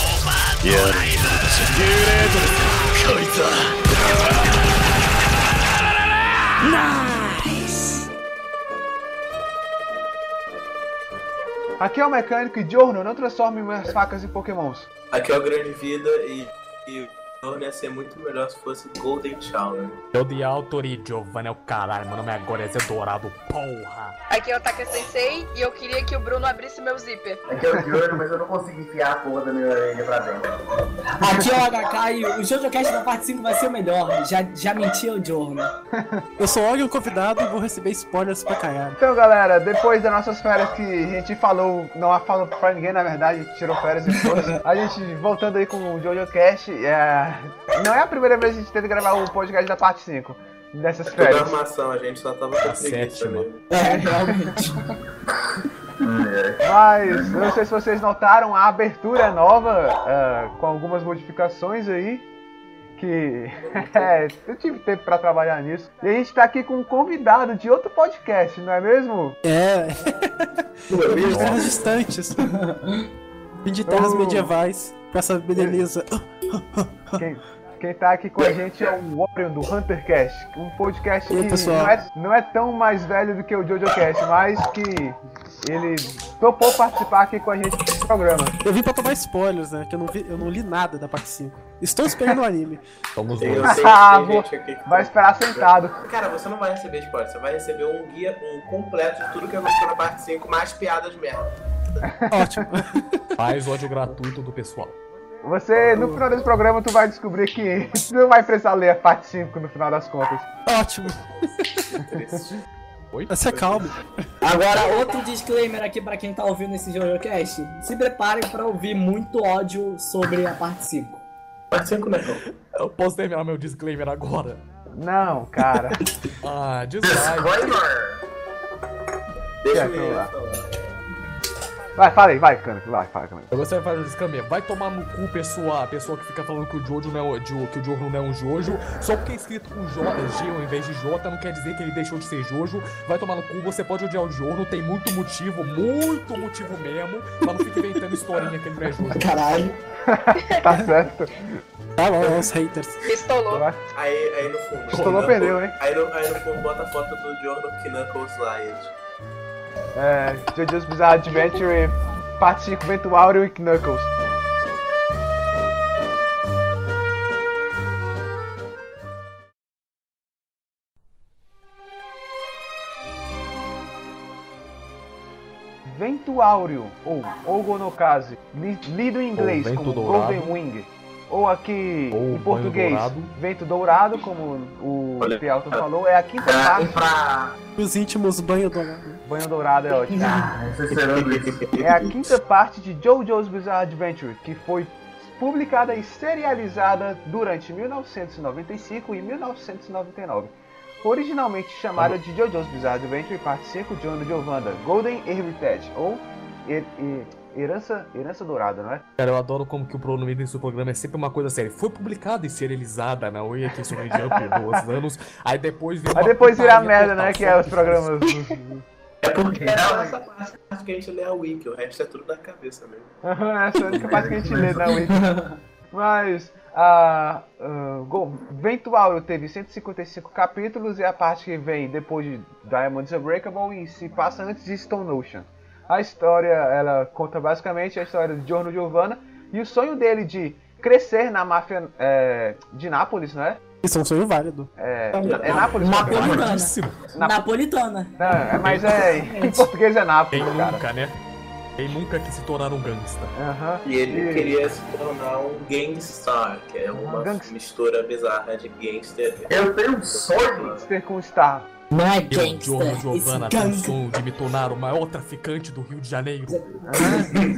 やれ幽霊とこいつはナイス Aqui é o mecânico e Jorno, não transforme minhas facas em pokémons. Aqui é o Grande Vida e, e o Jorno ia ser muito melhor se fosse Golden Shower. Eu de Autori Giovanni é o caralho, meu nome agora é Zé Dourado, porra! Aqui é o Taka Sensei e eu queria que o Bruno abrisse meu zíper. Aqui é o Diogo, mas eu não consigo enfiar a porra da minha orelha pra dentro. Aqui é o HK e o JojoCast da parte 5 vai ser o melhor. Já, já mentia o Jorno. Eu sou olho convidado e vou receber spoilers pra caralho. Então, galera, depois das nossas férias que a gente falou, não a falou pra ninguém, na verdade, a gente tirou férias e foi. A gente voltando aí com o Jojo Cast, é... não é a primeira vez que a gente tenta gravar o podcast da parte 5 dessas Toda férias. armação, a gente só tava com A preguiça né? sétima. mesmo. É, realmente. Mas eu não sei se vocês notaram, a abertura é nova, ah, com algumas modificações aí. Que é, eu tive tempo pra trabalhar nisso. E a gente tá aqui com um convidado de outro podcast, não é mesmo? É, de Nossa. terras distantes. Vim de terras Oh. medievais pra essa beleza. Quem, quem tá aqui com a gente é o Orion do HunterCast, um podcast E aí, que pessoal? não é, não é tão mais velho do que o JojoCast, mas que ele topou participar aqui com a gente do programa. É. Eu vim pra tomar spoilers, né? Que eu não, vi, eu não li nada da parte 5. Estou esperando o anime. Estamos Tem, eu dois. sei Ah, que tem gente aqui que Vai esperar sentado. Cara, você não vai receber spoiler, você vai receber um guia um completo de tudo que aconteceu na parte 5, mais piadas merda. Ótimo. Faz ódio gratuito do pessoal. Você, no final desse programa, tu vai descobrir que tu não vai precisar ler a parte 5 no final das contas. Ótimo. Oi? Mas se acalme. Agora, Tá, outro disclaimer aqui pra quem tá ouvindo esse JojoCast. Se preparem pra ouvir muito ódio sobre a parte 5. Parte 5 não. é Eu posso terminar meu disclaimer agora? Não, cara. Ah, dislike. Disclaimer! Deixa Quieto eu ir. lá. Vai, fala aí, vai, Cânico, vai, fala, Cânico. Eu gostaria de fazer um disclaimer. Vai tomar no cu, pessoa, a pessoa que fica falando que o Jojo não é, o- Jo- que o Jojo não é um Jojo. Só porque é escrito com J, G ao invés de J, não quer dizer que ele deixou de ser Jojo. Vai tomar no cu, você pode odiar o Jojo, tem muito motivo, muito motivo mesmo. Mas não fica inventando historinha que ele não é Jojo. Caralho. Tá certo. Tá bom, é os haters. Pistolou. Vai. Aí, aí no fundo. Pistolou, Knuckles- perdeu, hein? Aí no, aí no fundo bota a foto do Jordan Knuckles lá, gente. É, Jojo's Bizarre Adventure, parte 5, Vento Áureo e Knuckles. Vento Áureo, ou Ogonokaze, li- lido em inglês Ou vento como dourado. Golden Wing, ou aqui Ou em banho português, dourado. Vento Dourado, como o Olha. Pialton falou, é a quinta Pra, parte, pra... E os íntimos banho do lado. Banho Dourado é ótimo. Ah, acelerando isso. é a quinta parte de JoJo's Bizarre Adventure, que foi publicada e serializada durante 1995 e 1999. Originalmente chamada de JoJo's Bizarre Adventure Parte 5 de Ono Giovanda, Golden Heritage, ou her- he- herança, herança Dourada, não é? Cara, eu adoro como que o pronome desse programa é sempre uma coisa séria. Foi publicada e serializada na Oi aqui sobre Jump há dois anos. Aí depois vira. Aí uma depois vira a putaria merda, total, né? Que só é os por programas. É porque é Não, só essa parte que a gente lê a Wiki, o resto é tudo da cabeça mesmo. Aham, Essa é a única parte que a gente lê na Wiki. Mas a ah, Go- Vento Áureo teve 155 capítulos e a parte que vem depois de Diamonds Unbreakable e se passa antes de Stone Ocean. A história, ela conta basicamente a história de Giorno Giovanna e o sonho dele de crescer na máfia eh, de Nápoles, né? Isso é um sonho válido. É, é Nápoles, Uma né? porra. Claríssimo. Na- Napolitana. Não, é, mas é, em português é Quem Nápoles, cara. nunca, né? Quem nunca que se tornar um gangsta? Aham. E ele E- queria se tornar um gangstar, que é uma Gangster. mistura bizarra de gangster. Eu tenho um sonho. Ter com Star. Não é Eu, Giorno gangster, esse Giovanna, tá tenho o gangster. sonho de me tornar o maior traficante do Rio de Janeiro. Né?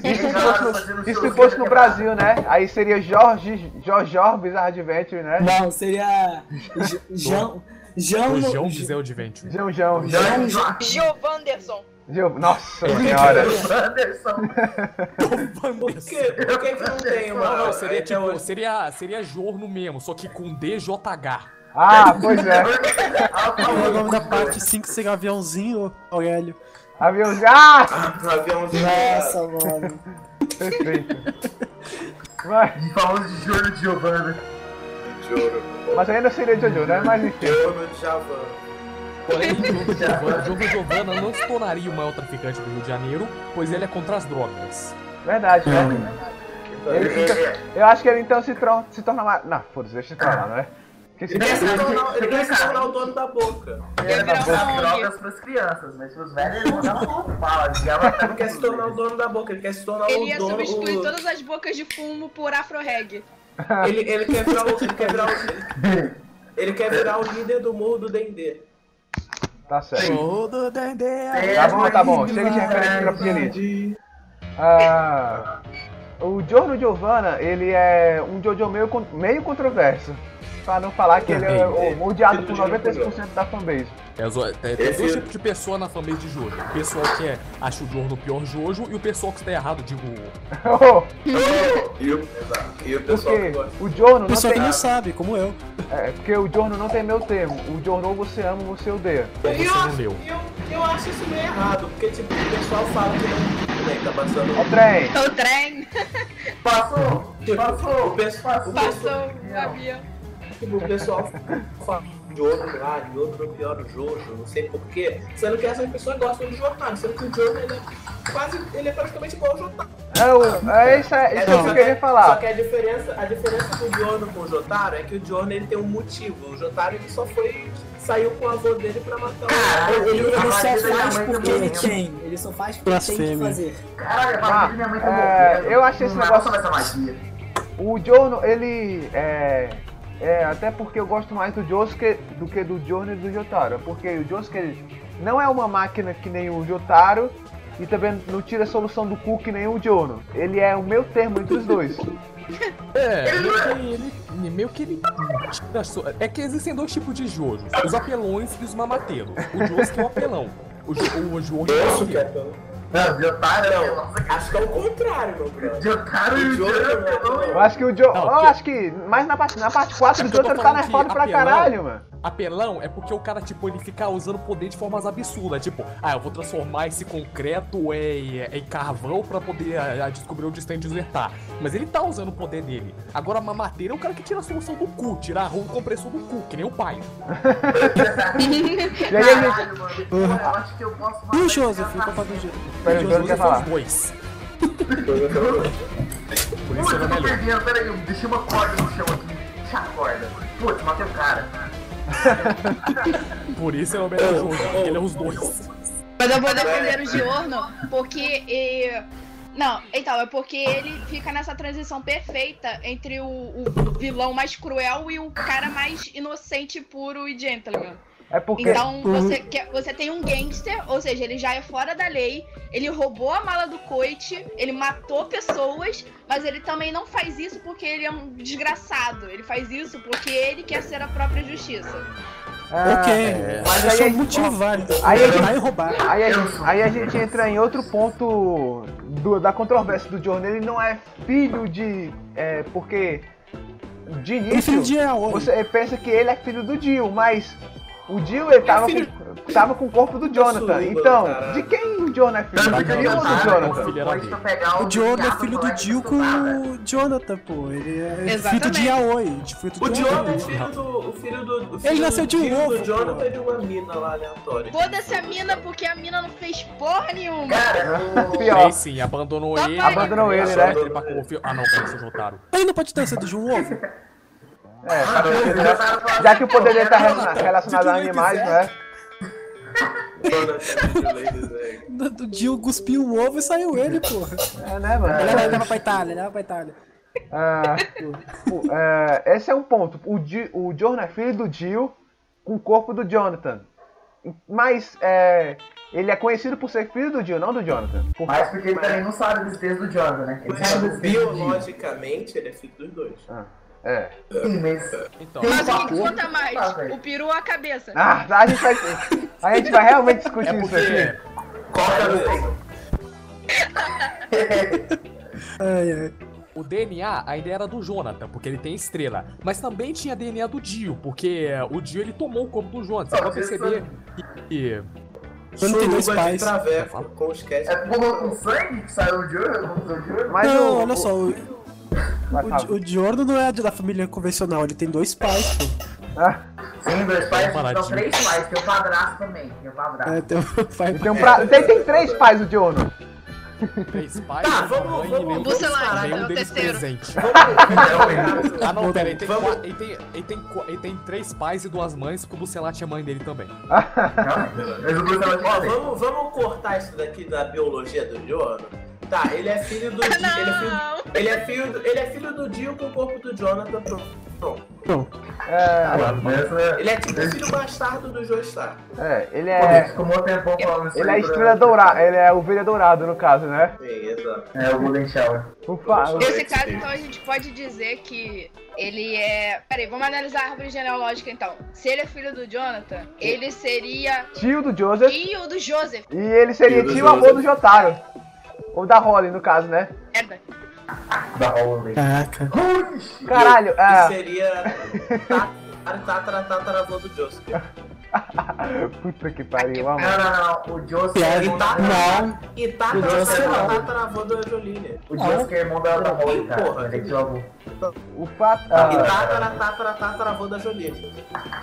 Isso se fosse no, isso se fosse no Brasil, né? Aí seria Jorge, Jorge Bizarre Adventure, né? Não, seria. J- Jão. Jão. O no- João Viseu Adventure. João, João, Não, João, Giovanderson. João. Nossa senhora. Anderson. Por que, por que, que não tem uma. é, Não, não, seria até tipo, hoje? seria, seria Jorno mesmo, só que com DJH. Ah, pois é. é O nome da parte 5 seria aviãozinho, Aurélio. Aviãozinho. Ah! É. Ah, um aviãozinho. Nossa, mano. Perfeito. Vai. De famoso de Joro de Giovanna. Joro. Mas ainda seria Jojo, né? Mas enfim. Joro de Javan. Porém, Diogo Giovanna, Diogo Giovanna não se tornaria o maior traficante do Rio de Janeiro, pois ele é contra as drogas. Verdade, né? Ele Ele- fica- Eu acho que ele então se, tro- se torna mais. Não, foda-se, deixa eu falar, né? Que se Ele Ele quer é se tornar- Ele quer se Cara. tornar o dono da boca. ele era pra virar dar uma ONG. drogas pras crianças, mas pros velhos ele mandava uma fala. Ele Ele quer se tornar o dono da boca. Ele quer se tornar Ele o ia dono... substituir o- todas as bocas de fumo por afro-reg. Ele, ele quer virar o... Ele quer virar o... Ele quer virar o líder do morro do Dendê. Tá certo. Todo dendê. Tá bom, tá bom. Chega de referência pra Pianite. Ah, o Giorno Giovanna, ele é um Jojo meio, con- meio controverso. Pra não falar que ele é o- odiado por 95% da fanbase. É, os- é, tem Esse- dois tipos de pessoa na família de Jojo. O pessoal que é, acha o Jojo o pior Jojo e o pessoal que está errado, digo. E o, exato. E o pessoal que gosta. Oh, Porque o Giorno não Pessoal que tem. não sabe, como eu. É, porque o Giorno não tem meu termo. O Giorno ou você ama ou você odeia. Ou você eu, não acho- leu. Eu, eu acho isso meio errado, porque tipo, o pessoal fala que né, tá passando. Ó, o É trem. Então O trem Passou, Tipo, passou, o pesso- passou. o passou o avião. Tipo, o pessoal fala de outro lá, de outro pior o Jojo, não sei porquê. Sendo que essas pessoas gostam do Jotaro, sendo que o Jojo ele é quase. ele é praticamente igual ao Jotaro. É, o- é isso, é, isso que eu queria falar. Só que a diferença, a diferença do Jono com o Jotaro é que o Jono ele tem um motivo. O Jotaro ele só foi. saiu com o avô dele pra matar o. Caralho, Ele, ele A só barriga da minha faz mãe porque também, ele né? tem. Ele só faz porque tem que Blasfêmia. fazer. Caralho, a barriga da minha mãe tá Ah, morrendo. é, eu achei esse Não negócio- vai passar essa magia. O Giorno, ele é. É, até porque eu gosto mais do Josuke do que do Giorno e do Jotaro. Porque o Josuke ele não é uma máquina que nem o Jotaro e também não tira a solução do cu que nem o Giorno. Ele é o meu termo entre os dois. É, meio que ele. ele- Meio que ele. tira a sua- É que existem dois tipos de Jojo: os apelões e os mamateiros. O Jojo que é o apelão. O, jo, o Jojo é o Isso, mamateiro. cara. Não, de otário, né? Não, acho que é o contrário, meu brother. de otário e O o Giorno Giorno, não é não, vilão. Eu acho que o Giorno. Não, eu porque- acho que. Mas na parte, na parte 4 É o que eu tô Jotaro tá falando que nerfado pra apelão- caralho, mano. Apelão é porque o cara, tipo, ele fica usando poder de formas absurdas. Tipo, ah, eu vou transformar esse concreto em, em carvão pra poder ah, ah, descobrir onde está e desertar. Mas ele tá usando o poder dele. Agora, a mamateira é o cara que tira a solução do cu, tira a roupa e o compressor do cu, que nem o pai. E aí a gente. Caralho, mano. Pô, eu acho que eu posso matar E o esse Joseph, cara. o papai do Joseph. Peraí, o Giorno Josué quer são os falar. dois. Por isso Putz, era eu tô melhor. perdendo, peraí, eu deixei uma corda no chão aqui. Deixa a corda. Putz, matei o cara. Por isso era o melhor jogo, porque ele é os dois. Mas eu vou defender o Giorno porque. eh, Não, então, é porque ele fica nessa transição perfeita entre o, o vilão mais cruel e o cara mais inocente, puro e tá gentleman. É porque. Então você, quer- você tem um gangster, ou seja, ele já é fora da lei, ele roubou a mala do coit, ele matou pessoas, mas ele também não faz isso porque ele é um desgraçado. Ele faz isso porque ele quer ser a própria justiça. ah, ok. Mas Mas aí esse é a um gente- motivo válido. Aí a gente- Vai roubar. Aí a, gente, aí a gente entra em outro ponto do- da controvérsia do Jornal. Ele não é filho de. É, porque. De Ele é início, filho de Aoi. você pensa que ele é filho do Dio, mas. O Dio é ele tava, com, tava com o corpo do Jonathan. Suruba, Então, cara. de quem o John é filho? Do Tá Dio ou do ligado, Jonathan? filho era gay. pegar O Diogo é filho do Dio com o Jonathan, pô. Ele é Exatamente. filho de Aoi. de Filho O do Jonathan é Jonathan. filho do. O filho do. O filho nasceu de do, um filho ovo, do Jonathan pô. e de uma mina lá aleatória. Foda-se a mina porque a mina não fez porra nenhuma. Cara, Pior. Aí sim, abandonou Só ele. Abandonou ele, né? pra confi- Ah não, peraí, vocês voltaram. Ele não pode ter sido de um ovo? É, tá o- vendo, né? Já que o poder dele tá relaciona- relacionado a Se tu não animais, quiser. né? Jonathan né? de Lady Zag. Do do Dio cuspiu o ovo e saiu ele, pô. É, né, mano? Ele leva pra Itália, leva pra Itália. Ah, o- é, esse é um ponto. O, Di, o John é filho do Dio com o corpo do Jonathan. Mas é, ele é conhecido por ser filho do Dio, não do Jonathan. Por- Mas porque ele tá um também não sabe dos textos do Jonathan, né? Ele Mas tipo, sabe dos textos do Dio. biologicamente ele é filho dos dois. É. Sim, mas... Então, Mas é o que Porra. conta mais? Ah, velho. O peru ou a cabeça? Ah, a gente vai, a gente vai realmente discutir é isso porque. aqui. Qual é a cabeça? Ai, ai. O DNA ainda era do Jonathan, porque ele tem estrela. Mas também tinha DNA do Dio, porque é, o Dio ele tomou o corpo do Jonathan. Você Ah, pode perceber que. Eu não tenho dois Suruba de pais. traveco com os cats. É pulou com sangue que saiu do Jonathan? Mas não, o- olha só, o, Mas tá. O, o Diorno não é da família convencional, ele tem dois pais, pô. Ah, Sim, dois pais, Paradinho. são três pais, tem o padrasto também, tem o padrasto. É, tem um pai. ele tem, um pra... tem, tem três pais o Diono. Três pais, Tá, uma vamos- mãe vamos- e nenhum vamos deles, lá, nenhum é o deles terceiro. presente. Vamos- Ah não, pera, ele tem, Vamos- qua- ele, tem, ele, tem, qua- ele tem três pais e duas mães, porque o Bucelat é mãe dele também. Realmente. Mas o Bruce é Ó, muito vamos, vamos cortar isso daqui da biologia do Jono. Tá, ele é filho do. Ele é filho, Não! ele é filho, do- ele é filho do Dio com o corpo do Jonathan. pronto. Pronto. Pronto. É, Essa- Ele é tipo o filho bastardo do Joe Stark. é, ele Pô, é. gente, Tomou tempão falando isso Ele é a aí pra- estrela dourada, ele é a ovelha dourada no caso, né? Sim, exato. É, o Golden Shower. O fa- o- Nesse caso, então, a gente pode dizer que ele é. Peraí, vamos analisar a árvore genealógica então. Se ele é filho do Jonathan, ele seria tio do Joseph tio do Joseph. e ele seria Tio do tio amor Joseph. do Jotaro. Ou da Holly, no caso, né? Merda. Da Halloween. Caraca. Caralho, Que é. seria. tá, Tatara, tatara, tataravô do Joseph. Puta que pariu, amor. Não, não, não. O Joseph é irmão tá da- Não, E tá, Do tatara, Joseph, tatara, não. tataravô do Angelina. O Joseph é irmão da da Molly, Porra, cara. Ele é tio avô. O fato. E tá, Ah, tatara, tatara, tataravô da Angelina.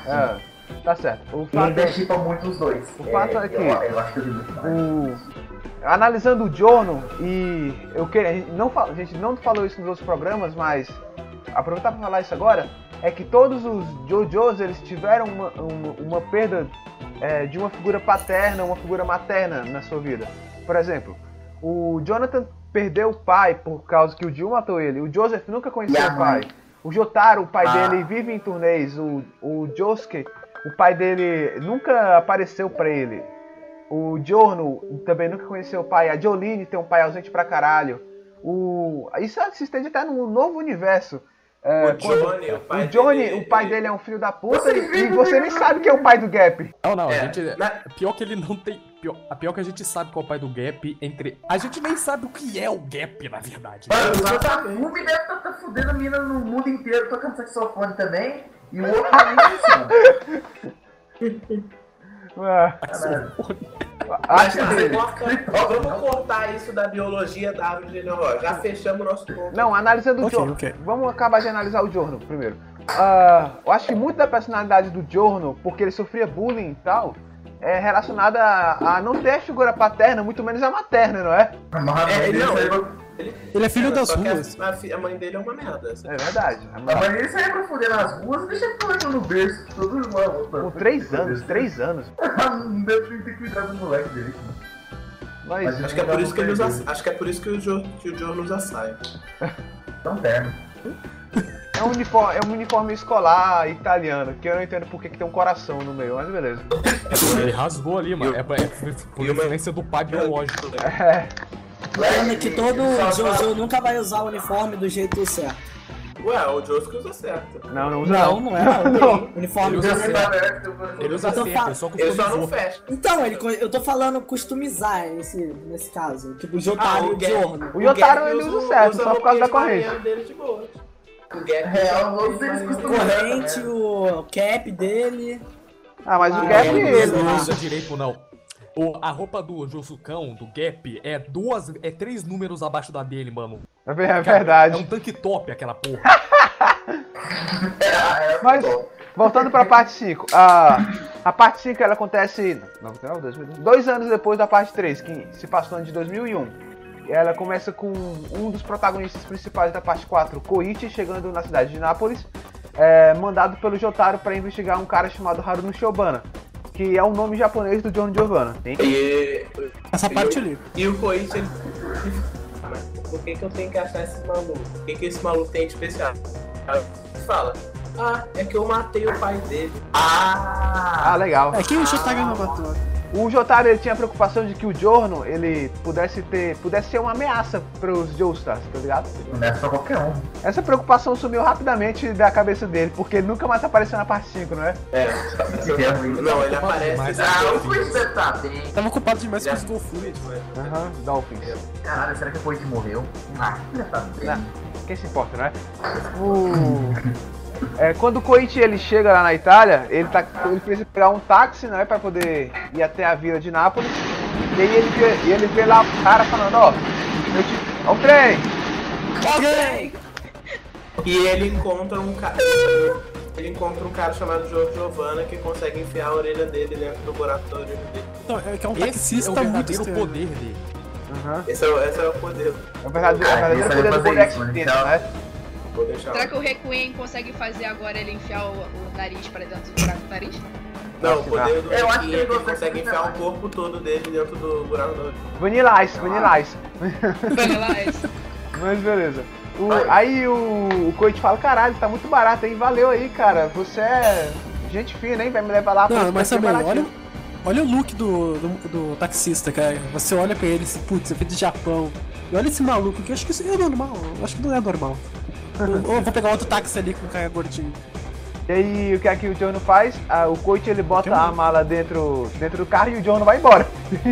ah, tá certo. O Não fato é. deixa pra muito os dois. O fato é que- Eu, eu acho que eu li. O... Analisando o Jono e eu queria, a gente não fala- a gente não falou isso nos outros programas, mas aproveitar para falar isso agora é que todos os JoJo's eles tiveram uma, uma, uma perda é, de uma figura paterna, uma figura materna na sua vida. Por exemplo, o Jonathan perdeu o pai por causa que o Dio matou ele. O Joseph nunca conheceu E a o mãe? pai. O Jotaro, o pai Ah. dele, vive em turnês. O, o Josuke, o pai dele, nunca apareceu pra ele. O Giorno também nunca conheceu o pai. A Jolene tem um pai ausente pra caralho. O... Isso se estende até num novo universo. É, O Johnny, o pai o Johnny, dele- o pai dele é um filho da puta e, e você nem sabe que é o pai do Gap. Não, não, a É, gente. na- Pior que ele não tem. Pior, a pior que a gente sabe qual é o pai do Gap entre. A gente nem sabe o que é o Gap, na verdade. Mano, o Takumi deve estar tá fudendo mina no mundo inteiro, tocando saxofone também. E o outro também, assim. Ah, Mas acho Ah, assim, você dele. corta- Ó, vamos cortar isso da biologia da árvore genealógica. Já fechamos o nosso ponto. Não, analisando o Ok, Giorno. ok. Vamos acabar de analisar o Giorno primeiro. Ah, eu acho que muito da personalidade do Giorno, porque ele sofria bullying e tal, é relacionada a, a não ter a figura paterna, muito menos a materna, não é? Mano, É, ele não. saiu- Ele é filho das Só que a- ruas. a fi- A, mãe dele é uma merda. assim. É verdade. A ma- Mas ele saiu pra fuder nas ruas e deixa todo no berço, todo irmão. Com três anos, três anos. Não deve ter que cuidar do moleque dele. Mas Acho que é por isso que ele usa. Acho que é por isso que o Jo, que o jo nos assaia. Tão terno. é um uniforme, é um uniforme escolar italiano, que eu não entendo porque que tem um coração no meio, mas beleza. Ele rasgou ali, mano. É, pra- é por e o meu- influência do pai biológico. É, lembrando que todo Só- Jojo nunca vai usar o uniforme do jeito certo. Ué, o Joe que usa certo. não, não usa não. Não, não é. Não. Uniforme Ele do usa jeito certo. Ele Ele usa Eu tô sempre, fal- ele só Ele só não customizou. fecha. Então, ele, co- eu tô falando customizar esse, nesse caso. Tipo, Ah, Jotaro o e Gap- Diorno. O Yotaro, Gap ele usa certo, só por causa da roupinha de corrente. É, marinheiro dele de boa. O Gap Real, usa todos eles roupinha de costumam- marinheiro. Corrente, o cap dele. Ah, mas o Ah, Gap, é, ele, Ele não usa direito, não. O- a roupa do Josucão, do Gap, é duas. é três números abaixo da dele, mano. é ver- é Cara, É verdade. um tanque top aquela porra. Mas, voltando pra parte 5, a, a parte 5 ela acontece nove, nove, dois, mil, um, dois anos depois da parte 3, que se passou no ano de 2001. E ela começa com um dos protagonistas principais da parte 4, Koichi, chegando na cidade de Nápoles, é, mandado pelo Jotaro pra investigar um cara chamado Haruno Shobana, que é o nome japonês do John Giovanna. hein? E, Essa parte ali. e o Corinthians. ele- Ah, Mas por que, que eu tenho que achar esse maluco? O que, que esse maluco tem de especial? Aí ele fala: Ah, é que eu matei o pai dele. Ah! Ah, legal. É quem o Shotag não matou. O Jotaro ele tinha a preocupação de que o Giorno ele pudesse ter, pudesse ser uma ameaça pros Joestars, tá ligado? Não é só qualquer um. Essa preocupação sumiu rapidamente da cabeça dele, porque ele nunca mais apareceu na parte 5, não é? É. Esse é ruim. Não, ele aparece. Mas- Ah, Ah, o Quiz deve estar bem. Tava ocupado demais com os golfinhos. mas- Aham, É. Dolphins. Caralho, será que o Coit morreu? Ah, ele deve tá bem. Quem se importa, não é? O- É, quando o Koichi ele chega lá na Itália, ele, tá, ele precisa pegar um táxi, não é? Pra poder ir até a vila de Nápoles. E aí ele vê, e ele vê lá o cara falando, ó, eu te... Ó o trem! Ok! E ele encontra um cara. Ele encontra um cara chamado João Giovanna que consegue enfiar a orelha dele dentro do buraco da orelha dele. Então, é que é um Esse é taxista o muito verdadeiro estranho. poder dele. Aham. Esse é, o- esse é o poder. É o verdadeiro, é o Ah, verdadeiro isso aí poder do fazer Bonex isso, mano, Dino, então. né? Vou deixar. Será que o Requiem consegue fazer agora ele enfiar o, o nariz pra dentro do buraco do nariz? Não, o poder do Eu Riquinho acho que ele é que ele consegue consegue enfiar o corpo todo dele dentro do buraco da orelha. Vanilla Ice, Vanilla Ice. Vanilla Ice. Mas beleza. O- aí o, o Coit fala, caralho, tá muito barato, hein? Valeu aí, cara. Você é gente fina, hein? Vai me levar lá Não, pra mas também, olha, baratinho." olha o look do, do, do taxista, cara. Você olha pra ele e diz, putz, é feito de Japão. E olha esse maluco, que eu acho que isso é normal. Eu acho que não é normal. Eu- Ou eu vou pegar outro táxi ali com o cara gordinho. E aí o que é que o Jono faz? Ah, o Coit ele bota Tem um- a mala dentro, dentro do carro e o Jono vai embora.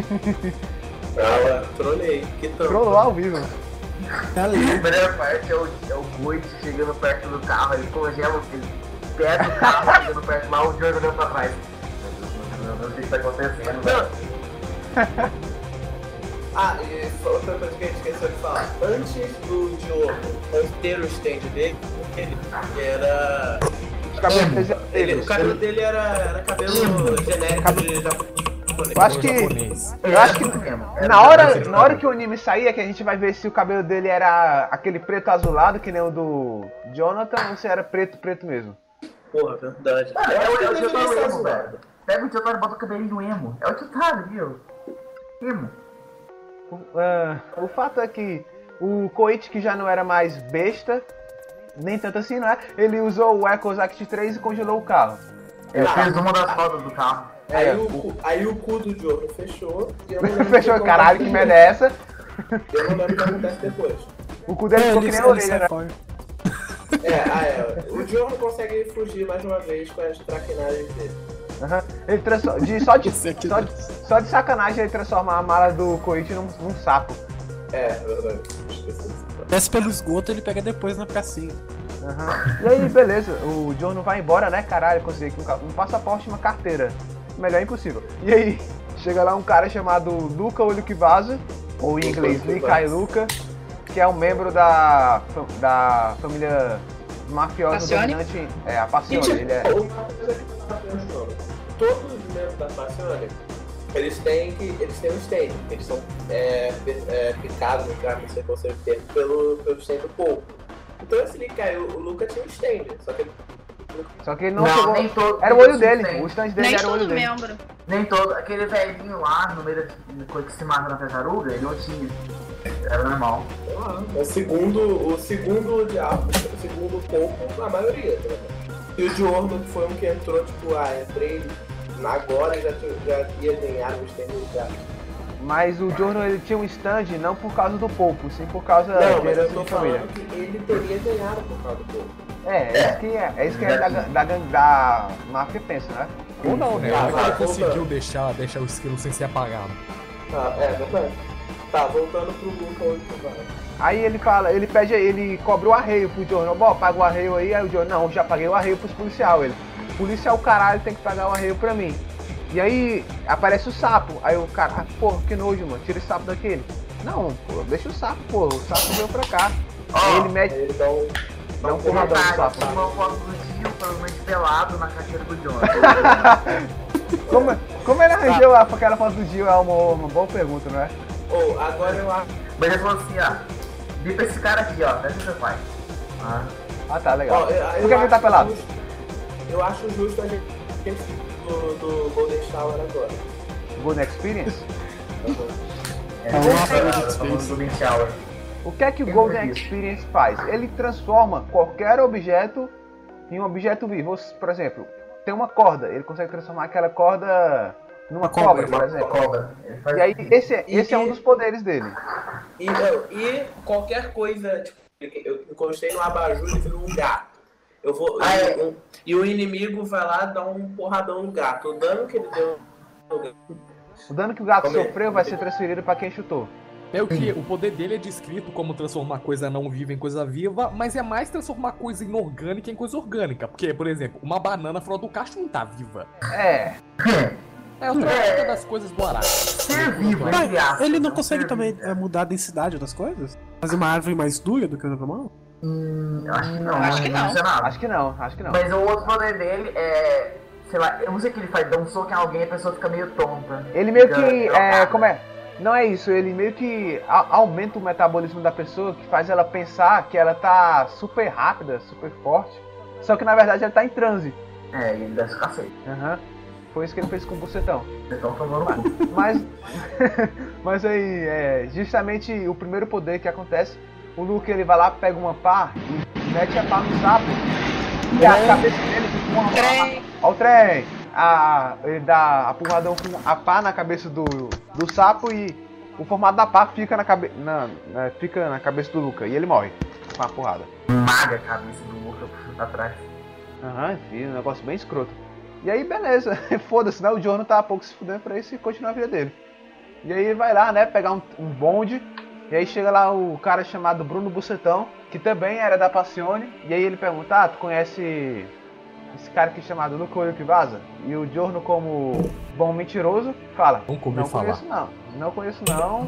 Ah, trolei. Que tanto. Trollou ao vivo. Tá ali. A primeira parte é o, é o Goit chegando perto do carro, ele congela o filho. Pega o carro, chegando perto lá, o Jordan olhando pra trás. Meu Deus, mano, eu Não sei o que tá acontecendo, velho. Ah, e outra coisa que a gente esqueceu de falar. Antes do Diogo ter o stand dele, ele era. Os cabelos Ele, dele. o cabelo dele era, era cabelo genérico de japonês. Eu acho que. Japonês. Eu acho que. mesmo. Na hora, na hora que o anime sair, é que a gente vai ver se o cabelo dele era aquele preto azulado, que nem o do Jonathan, ou se era preto, preto mesmo. Porra, verdade. Cara, é o é Eu o deveria Jotaro ser Emo, assim. velho. Pega o Jotaro e bota o cabelinho no emo. É o Jotaro, viu? Emo. Ah, o fato é que o Koichi, que já não era mais besta, nem tanto assim, não é? Ele usou o Echoes Act 3 e congelou o carro. É, Ele Ah. fez uma das rodas do carro. Aí, É. o, cu- aí o cu do Diogo fechou. e eu não lembro o Fechou, que caralho, que merda é essa? Eu não lembro o que acontece depois. O cu dele É, ficou ele- que nem a ele orelha, sai né? fora. É, ah, é. O Diogo consegue fugir mais uma vez com as traquinagens dele. Aham. Ele transfor- de, só, de, Esse aqui só, não. de, só de sacanagem ele transformar a mala do Koichi num, num sapo. É, verdade. Esqueci disso. Desce pelo esgoto, ele pega depois na pracinha. Aham. E aí, beleza, o John não vai embora, né? Caralho, consegui um, ca- um passaporte e uma carteira. Melhor impossível. E aí, chega lá um cara chamado Luca Olho que Vaza, ou em inglês Olho que Likai Vaza. Luca, que é um membro da, fam- da família mafiosa Passione? dominante. É, a E, Passione, tipo, ele é. uma coisa que tá eu tava pensando, todos os membros da Passione, eles têm que. Eles têm um stand. Eles são é, pe- é, picados, no caso, não sei qual seja o termo, pelo, pelo stand do povo. Então esse Lee caiu, o Luca tinha um stand, só que ele Só que ele não, Não, chegou. nem todo. Era o olho dele, Nem, o stand dele Nem era o olho todo dele. membro. nem todo. Aquele velhinho lá, no meio da coisa que se mata na tartaruga, ele não tinha. Era normal. sei lá, é o segundo. O segundo diabo, o segundo povo, a maioria, tá ligado? E o Diorno que foi um que entrou, tipo, ah, entrei na agora e já, tinha- já ia ganhar o stand do diabo. Mas o John ele tinha um stand não por causa do pouco, sim por causa da Não, mas eu herança tô de família. falando que ele teria ganhado por causa do povo. É, é isso que é, é, isso que é da, da, gang- da máfia pensa, né? Ou não, né? Ah, Como é que vai, ele conseguiu deixar, deixar o esquilo sem ser apagado? Tá, é verdade. Tá, voltando pro Luca onde tu vai. Aí ele fala, ele pede, ele cobra o arreio pro Jornal, bom, paga o arreio aí, aí o Jornal, não, já paguei o arreio pros policial, ele. Policial caralho tem que pagar o arreio pra mim. E aí aparece o sapo, aí o cara, ah, porra, que nojo, mano, tira esse sapo daquele. Não, pô, deixa o sapo, pô, o sapo veio pra cá. Aí ele mete, Aí ele dá um. dá um porradão no Detalhe, sapo. tinha uma foto do tio provavelmente pelado na carteira do John. Como, como ele arranjou a- aquela foto do Gil? É uma, uma boa pergunta, não é? Ou, agora eu acho. Mas ele falou assim, ó. Bipa esse cara aqui, ó. Deve ser pai. Ah. Ah, tá, legal. Ó, eu- Por que eu ele tá acho pelado? justo- Eu acho justo a gente. Do, do Golden Shower agora. Golden Experience? É, Tá um uma foto de falando despeito. do Ben Shower. O que é que o Eu Golden acredito. Experience faz? Ele transforma qualquer objeto em um objeto vivo. Os- Por exemplo, tem uma corda, ele consegue transformar aquela corda numa cobra, por Uma exemplo. cobra. Ele faz- E aí, esse, é- E esse é um que- dos poderes dele. E, não, Então, e qualquer coisa. Tipo, eu encostei no abajur e virou um gato. Eu vou. Ah, é. eu- e o inimigo vai lá dar um porradão no gato. O dano que ele deu no gato. O dano que o gato Como é? sofreu vai ser transferido pra quem chutou. É o que o poder dele é descrito como transformar coisa não viva em coisa viva, mas é mais transformar coisa inorgânica em coisa orgânica. Porque, por exemplo, uma banana fora do cacho não tá viva. É, É a troca das coisas do arado. Ser vivo, Mas entre aspas, ele não é um consegue ser também vivo. é, mudar a densidade das coisas? Fazer uma árvore mais dura do que o normal? Hum, eu acho que não. Acho que não. sei nada. Acho que não, acho que não. Mas o outro poder dele é. Sei lá, eu não sei o que ele faz, dá um soco em alguém e a pessoa fica meio tonta. Ele meio Fica que. É, trocada. como é? Não é isso, ele meio que a- aumenta o metabolismo da pessoa, que faz ela pensar que ela tá super rápida, super forte. Só que na verdade ela tá em transe. É, ele desce o cacete. Aham. Foi isso que ele fez com o bucetão. Vocês estão tomando o cu. Mas. mas aí, é, justamente o primeiro poder que acontece, o Luke ele vai lá, pega uma pá e mete a pá no sapo. E a cabeça dele fica uma Trem. Ó o trem! A, ele dá a porradão com a pá na cabeça do, do sapo e o formato da pá fica na, cabe, na, na- fica na cabeça do Luca e ele morre com a porrada. Maga a cabeça do outro pra trás. Aham, enfim, um negócio bem escroto. E aí, beleza, foda-se, né? O Jorno tá pouco se fudendo pra isso e continua a vida dele. E aí ele vai lá, né, pegar um, um bonde, e aí chega lá o cara chamado Bruno Bucetão, que também era da Passione, e aí ele pergunta, ah, tu conhece esse cara aqui chamado Luca Olho que Vaza? E o Jorno, como bom mentiroso, fala, Nunca ouvi não falar. conheço não, não conheço não,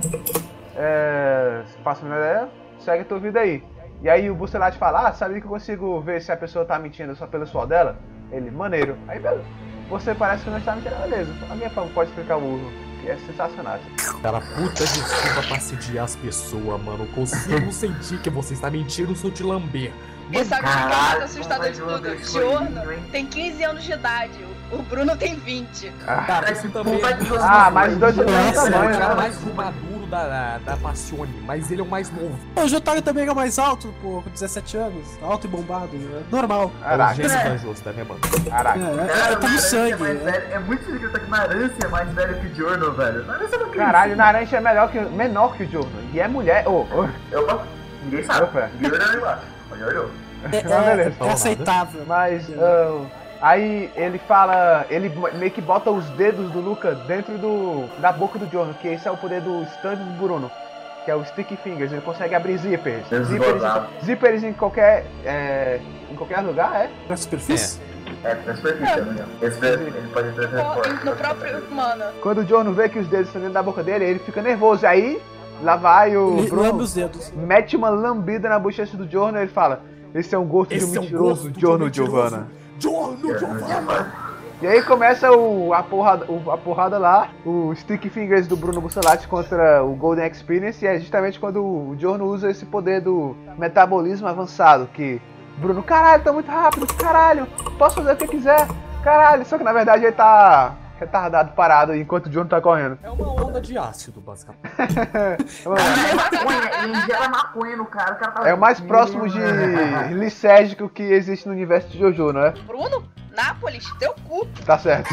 é, faço a menor ideia, segue a tua vida aí. E aí o Bucelati fala, ah, sabe que eu consigo ver se a pessoa tá mentindo só pelo suor dela? Ele, maneiro. Aí, beleza. Você parece que não está mentindo, beleza. Alguém fa- pode explicar o uso, que é sensacional. Cara, puta desculpa pra sediar as pessoas, mano. Eu consigo sentir que você está mentindo se eu te lamber. E Mas sabe o que é o mais assustador de um tudo? Giorno tem 15 anos de idade, o Bruno tem 20. Cara, isso também. Vontade de jogar Ah, no mas os dois são do mesmo Nossa, Ele é tamanho, o cara né? mais maduro da, da Passione, mas ele é o mais novo. O Jotaro também é mais alto, pô, com 17 anos. Alto e bombado, né? normal. Caraca, É o gênio corajoso da minha banda. É, caraca. é, é o tudo Naranjo sangue. É, mais né? velho. é muito difícil acreditar que Narância é mais velho que o Jorno, velho. Narância não acredita. Caralho, o Naranjo é melhor que, menor que o Jorno. E é mulher. Ô, ô. Opa, ninguém sabe. Opa. Ninguém olhou lá embaixo. Olha, olhou. É, Não, beleza. é, é aceitável. Mas, ah, aí ele fala. Ele meio que bota os dedos do Luca dentro do. da boca do Jorno, que esse é o poder do stand do Bruno. Que é o Sticky Fingers, ele consegue abrir zippers. Deus Zippers, gozado. em- zippers em qualquer. é, em qualquer lugar, é? Na superfície? É, transferência, né? Esse ele pode É, transferir. No próprio humano. Quando o Jorno vê que os dedos estão dentro da boca dele, ele fica nervoso. Aí, lá vai o Ele Bruno, lambe os dedos. mete uma lambida na bochecha do Jorno e ele fala: Esse é um gosto de um mentiroso, Jorno Giovanna. Giorno Giovanna! E aí começa o, a, porrada, o- a porrada lá, o Stick Fingers do Bruno Bussolati contra o Golden Experience, e é justamente quando o Jorno usa esse poder do metabolismo avançado, que Bruno, caralho, tá muito rápido, caralho, posso fazer o que quiser, caralho, só que na verdade ele tá retardado, parado, enquanto o Jorno tá correndo. É uma onda de ácido, basicamente. Ele é maconha, um ele ingera é maconha no cara, o cara tá- É o mais próximo de lisérgico que existe no universo de Jojo, não é? Bruno, Nápoles, teu cu. Tá certo.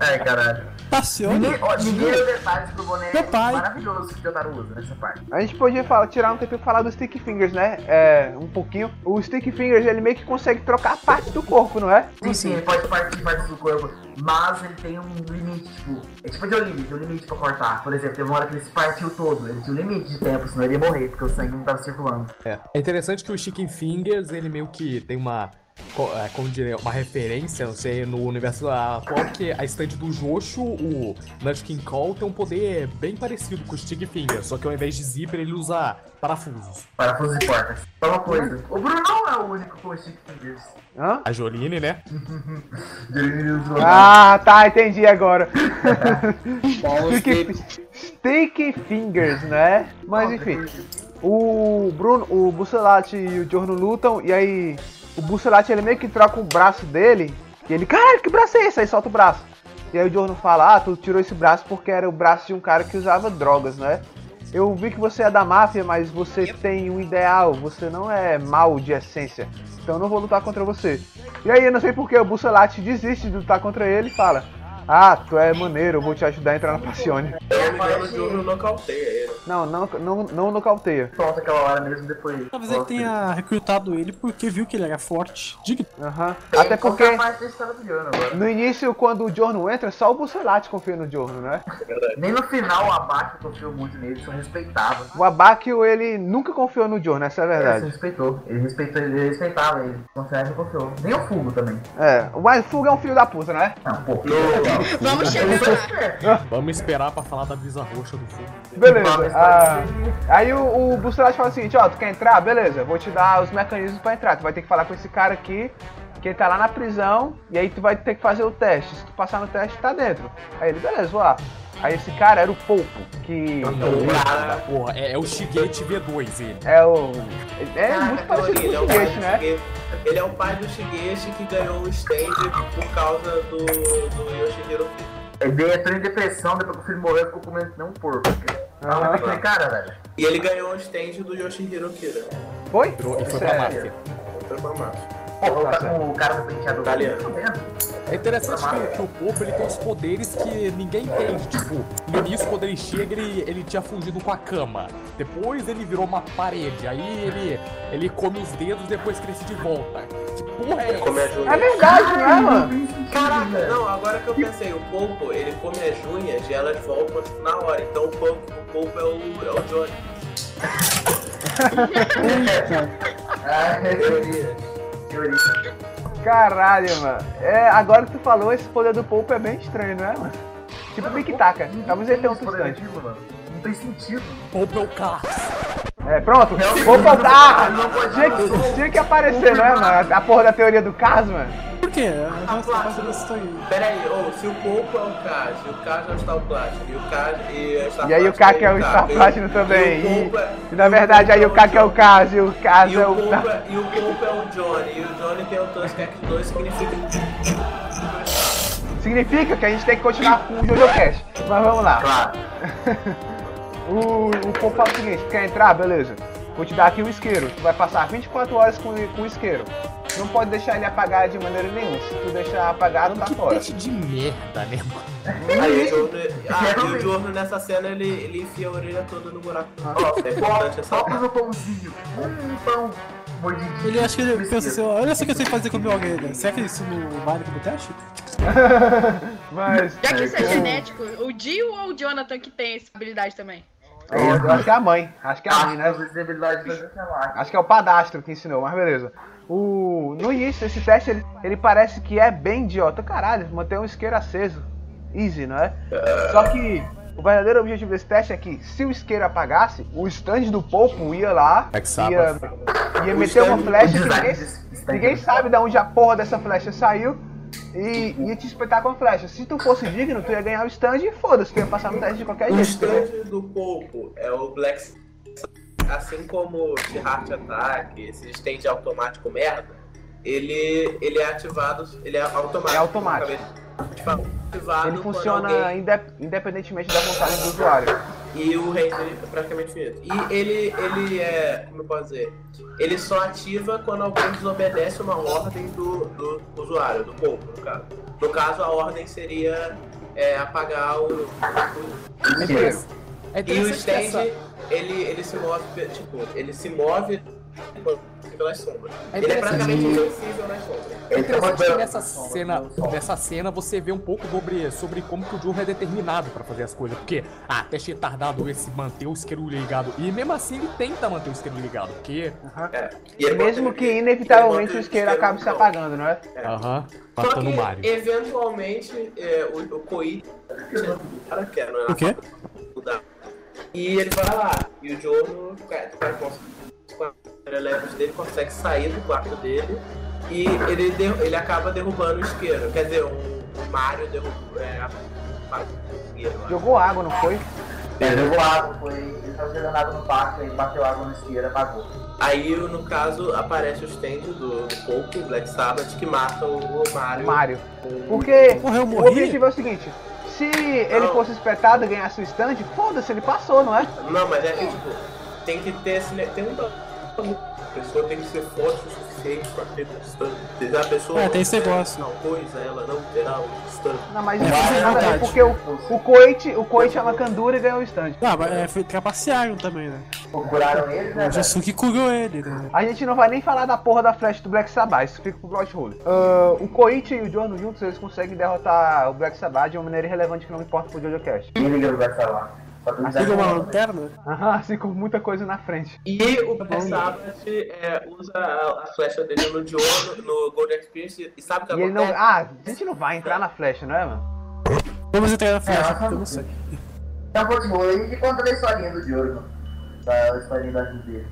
É, caralho. Tá Passione? Ninguém, ó, ninguém deu detalhes pro boné Meu pai. maravilhoso que o Jotaro usa nessa parte. A gente podia falar, tirar um tempinho e falar do Stick Fingers, né? É, um pouquinho. O Stick Fingers, ele meio que consegue trocar parte do corpo, não é? Sim, sim, ele pode partir partes do corpo, mas ele tem um limite, tipo. É tipo de um limite, um limite pra cortar. Por exemplo, teve uma hora que ele se partiu todo, ele tinha um limite de tempo, senão ele ia morrer, porque o sangue não tava circulando. É. É interessante que o Chicken Fingers, ele meio que tem uma. co- é, Como diria, uma referência, não sei, no universo da atual, que a estante do Joshua, o Nut King Call, tem um poder bem parecido com o Stick Finger, só que ao invés de zíper, ele usa parafusos. Parafusos e cordas. Só uma coisa, o Bruno não é o único com o Stick Fingers. Hã? A Jolene, né? Ele usou- Ah, tá, entendi agora. Bom, eu fiquei- Stick, Stick Fingers, né? Mas enfim, o Bruno, o Bucelati e o Giorno lutam, e aí o Bucelati, ele meio que troca o braço dele, e ele, caralho, que braço é esse? Aí solta o braço. E aí o Giorno fala, ah, tu tirou esse braço porque era o braço de um cara que usava drogas, né? Eu vi que você é da máfia, mas você tem um ideal, você não é mal de essência. Então eu não vou lutar contra você. E aí eu não sei porque o Bucelati desiste de lutar contra ele e fala: Ah, tu é maneiro, eu vou te ajudar a entrar na Passione. Eu falo que o um nocauteia ele. Não, não, não, não nocauteia. Solta aquela hora mesmo depois. Talvez ele tenha recrutado ele porque viu que ele era forte. Digno. Aham. Até porque A parte desse tava brilhando agora. no início, quando o Jorno entra, só o Bucelati confia no Jorno, né? Nem no final a Bach confiou muito nele, só respeitava. O Abakio, ele nunca confiou no Jorno, essa é a Ele se verdade. respeitou, ele respeitou, ele respeitava ele. Confiava e confiou. Nem o Fugo também. É, mas Fuga é um filho da puta, não é? Não, pô. Vamos chegar lá. Vamos esperar pra falar da brisa roxa do fogo. Beleza. ah, aí o, o Bucelati fala o seguinte, ó, tu quer entrar? Beleza, vou te dar os mecanismos pra entrar. Tu vai ter que falar com esse cara aqui, que ele tá lá na prisão, e aí tu vai ter que fazer o teste. Se tu passar no teste, tá dentro. Aí ele, beleza, vou lá. Aí esse cara era o Polpo, que Não, porra, é, é o Shigate V2 ele. é o... É muito Caraca, parecido com ele é o o pai Shigate, do né? Shige- Ele é o pai do Shigeshi que ganhou o stand por causa do, do Yoshihiro Fito. Ele entrou em depressão, depois que o filho morreu, ficou comendo não um porco. cara. Aham. Ah, eu falei, cara, velho. E ele ganhou o stand do Yoshihiro Kira. Foi? Entrou e foi pra Sério? máfia. Outra pra máfia. Pô, tá com o cara do penteado Italiano. vendo? É interessante que, que o Popo ele tem uns poderes que ninguém entende. Tipo, no início, quando ele chega, ele, ele tinha fugido com a cama. Depois ele virou uma parede. Aí ele, ele come os dedos depois cresce de volta. Que porra é Come a essa? É Júnia. verdade, não é, mano? Caraca, não, agora que eu pensei, o Polpo, ele come as junhas e elas voltam tipo, na hora. Então o Polpo, o Polpo é, o, é o Johnny. Ah, teoria. Teoria. Caralho, mano. É, agora que tu falou, esse poder do Pope é bem estranho, não é, mano? Tipo Big Taka. Talvez ele tenha um Não tem sustante. sentido, mano. Não tem sentido. Um Popo é o Cars. É, pronto. Realmente Vou não botar! pode- não pode- Tinha que, tinha que aparecer, não é, mano? A porra da teoria do caso, mano. Por quê? É, Eu gosto- eu gosto desse aí. Pera aí, ô, se o Polpo é o Kaz, e o Kaz é o Stalplástico, e o Kaz e a Star E aí o Plastic Kaka é o Star Platinum também. E o E, Polpo é- e na verdade aí o Kaka é o caso e o E caso é o, o. Polpo é, e o Polpo é o Johnny, e o Johnny tem o Tuskek 2, significa Significa que a gente tem que continuar com o Jojo Cash. Mas vamos lá. Claro. O, o povo fala o seguinte, tu quer entrar? Beleza. Vou te dar aqui o isqueiro. Tu vai passar 24 horas com, com o isqueiro. Não pode deixar ele apagar de maneira nenhuma. Se tu deixar apagado, tá Que fora. teste de merda, né, mano? Aí, o Giorno, ah, e o Giorno nessa cena ele, ele enfia a orelha toda no buraco. Ah. é importante essa Só pro pãozinho. Um pão mordidinho. Ele acha que ele pensa assim, Esquerdo. ó, olha só o que eu sei fazer com o meu orelha. Será que isso não vale como teste? Mas. Já que isso é eu- genético, o Dio ou o Jonathan que tem essa habilidade também? Eu, eu acho que é a mãe. Acho que é a Ah, mãe, né? né? Visibilidade fazer sei lá. Acho que é o padastro que ensinou, mas beleza. O... No início, esse teste ele, ele parece que é bem idiota. Caralho, manter um isqueiro aceso. Easy, não é? Só que o verdadeiro objetivo desse teste é que se o isqueiro apagasse, o stand do Popo ia lá, Black Sabbath. ia, ia meter uma flecha que ninguém, ninguém sabe de onde a porra dessa flecha saiu. E ia te espetar com a flecha. Se tu fosse digno, tu ia ganhar o stand e foda-se, tu ia passar no teste de qualquer O jeito. Um stand do Polpo é o Black S- assim como o de Heart Attack, esse stand automático merda, ele, ele é ativado, ele é automático. É automático. Acabei de falar. Ativado Ele quando funciona alguém- inde- independentemente da vontade do usuário. E o rei dele é praticamente finito. E ele, ele é. Como eu posso dizer? Ele só ativa quando alguém desobedece uma ordem do, do usuário, do povo, no caso. No caso, a ordem seria é, apagar o. o- É interess- é e o interessante essa- stand, ele, ele se move, pe- tipo, ele se move pelas sombras. É ele é praticamente interessante. invencível nas sombras. É interessante que nessa cena, nessa cena você vê um pouco sobre, sobre como que o Joe é determinado pra fazer as coisas. Porque, ah, teste retardado esse manter o isqueiro ligado. E mesmo assim ele tenta manter o isqueiro ligado. Porque. E ele Mesmo bota- que ele- ele inevitavelmente bota o isqueiro acabe se não. apagando, não é? Aham. Só Matando o que, Mario. eventualmente, é, o, o Koi. Cara, que é, não é O quê? mudar. E ele vai lá, e o Joro, cara, o cara consegue, com a câmera leve dele, consegue sair do quarto dele e ele, der- ele acaba derrubando o isqueiro. Quer dizer, o o Mario derrubou. É, a- a- isqueiro, né? eu acho. Jogou água, não foi? Ele jogou água, foi. Ele tava jogando água no pátio, aí bateu água no isqueiro, apagou. Aí, no caso, aparece o stand do, do Polk, o Black Sabbath, que mata o Mario. Mario. com- Porque Porra, eu o morri? objetivo é o seguinte. Se ele fosse espetado e ganhasse o stand, foda-se, ele passou, não é? Não, mas é que, tipo, tem que ter esse. ne- Tem um. A pessoa tem que ser forte o suficiente pra ter um stand. Se a pessoa É, tem esse não tiver negócio. tal coisa, ela não terá um stand. Não, mas É, isso não tem nada a ver, verdade. porque o, o Coit, o Coit é uma candura e ganhou o stand. Ah, mas é, foi- trapacearam também, né? Procuraram ele, né? O Josuke curou ele, né? A gente não vai nem falar da porra da flecha do Black Sabbath, isso fica pro plot hole. Ah, o Coit e o Jorno juntos, eles conseguem derrotar o Black Sabbath de uma maneira irrelevante que não importa pro Jojo Cast. Quem liga no Black Sabbath? Pra tu me dar Pegou uma uma- lanterna? Aham, assim com muita coisa na frente. E o Black Sabbath é, usa a, a flecha dele no Diono, no Golden Experience, e sabe o que E ele acontece? não... Ah, a gente não vai entrar na flecha, não é, mano? Vamos entrar na flecha, É, porque eu não sei. Então continua aí e conta da historinha do Diogo. Tá, Da historinha da vida dele.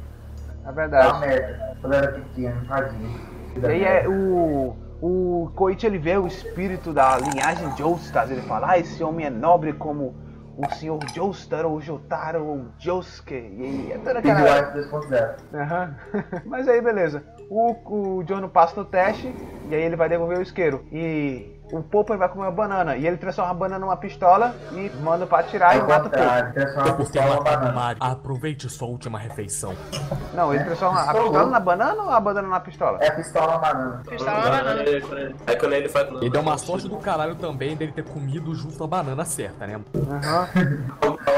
É É uma verdade. merda. Quando eu era pequeno, tadinho. E aí é o. O Koichi ele vê o espírito da linhagem Joestar. Ele fala: Ah, esse homem é nobre como o senhor Joestar ou Jotaro ou Josuke. E aí é toda Big aquela. Life 2.0. Aham. Mas aí, beleza. O, o Jono passa no teste e aí ele vai devolver o isqueiro. E o Popo vai comer uma banana. E ele transforma a banana numa pistola e manda pra atirar e Ao mata o Popo. contrário, transforma a Porque pistola em ela uma tá no banana. mar. Aproveite sua última refeição. Não, ele transforma a Pistola. pistola na banana ou a banana na pistola? É pistola banana. Pistola Tá. né? né? banana. Aí quando ele faz. um- Ele deu uma sorte do caralho também dele ter comido justo a banana certa, né? Aham.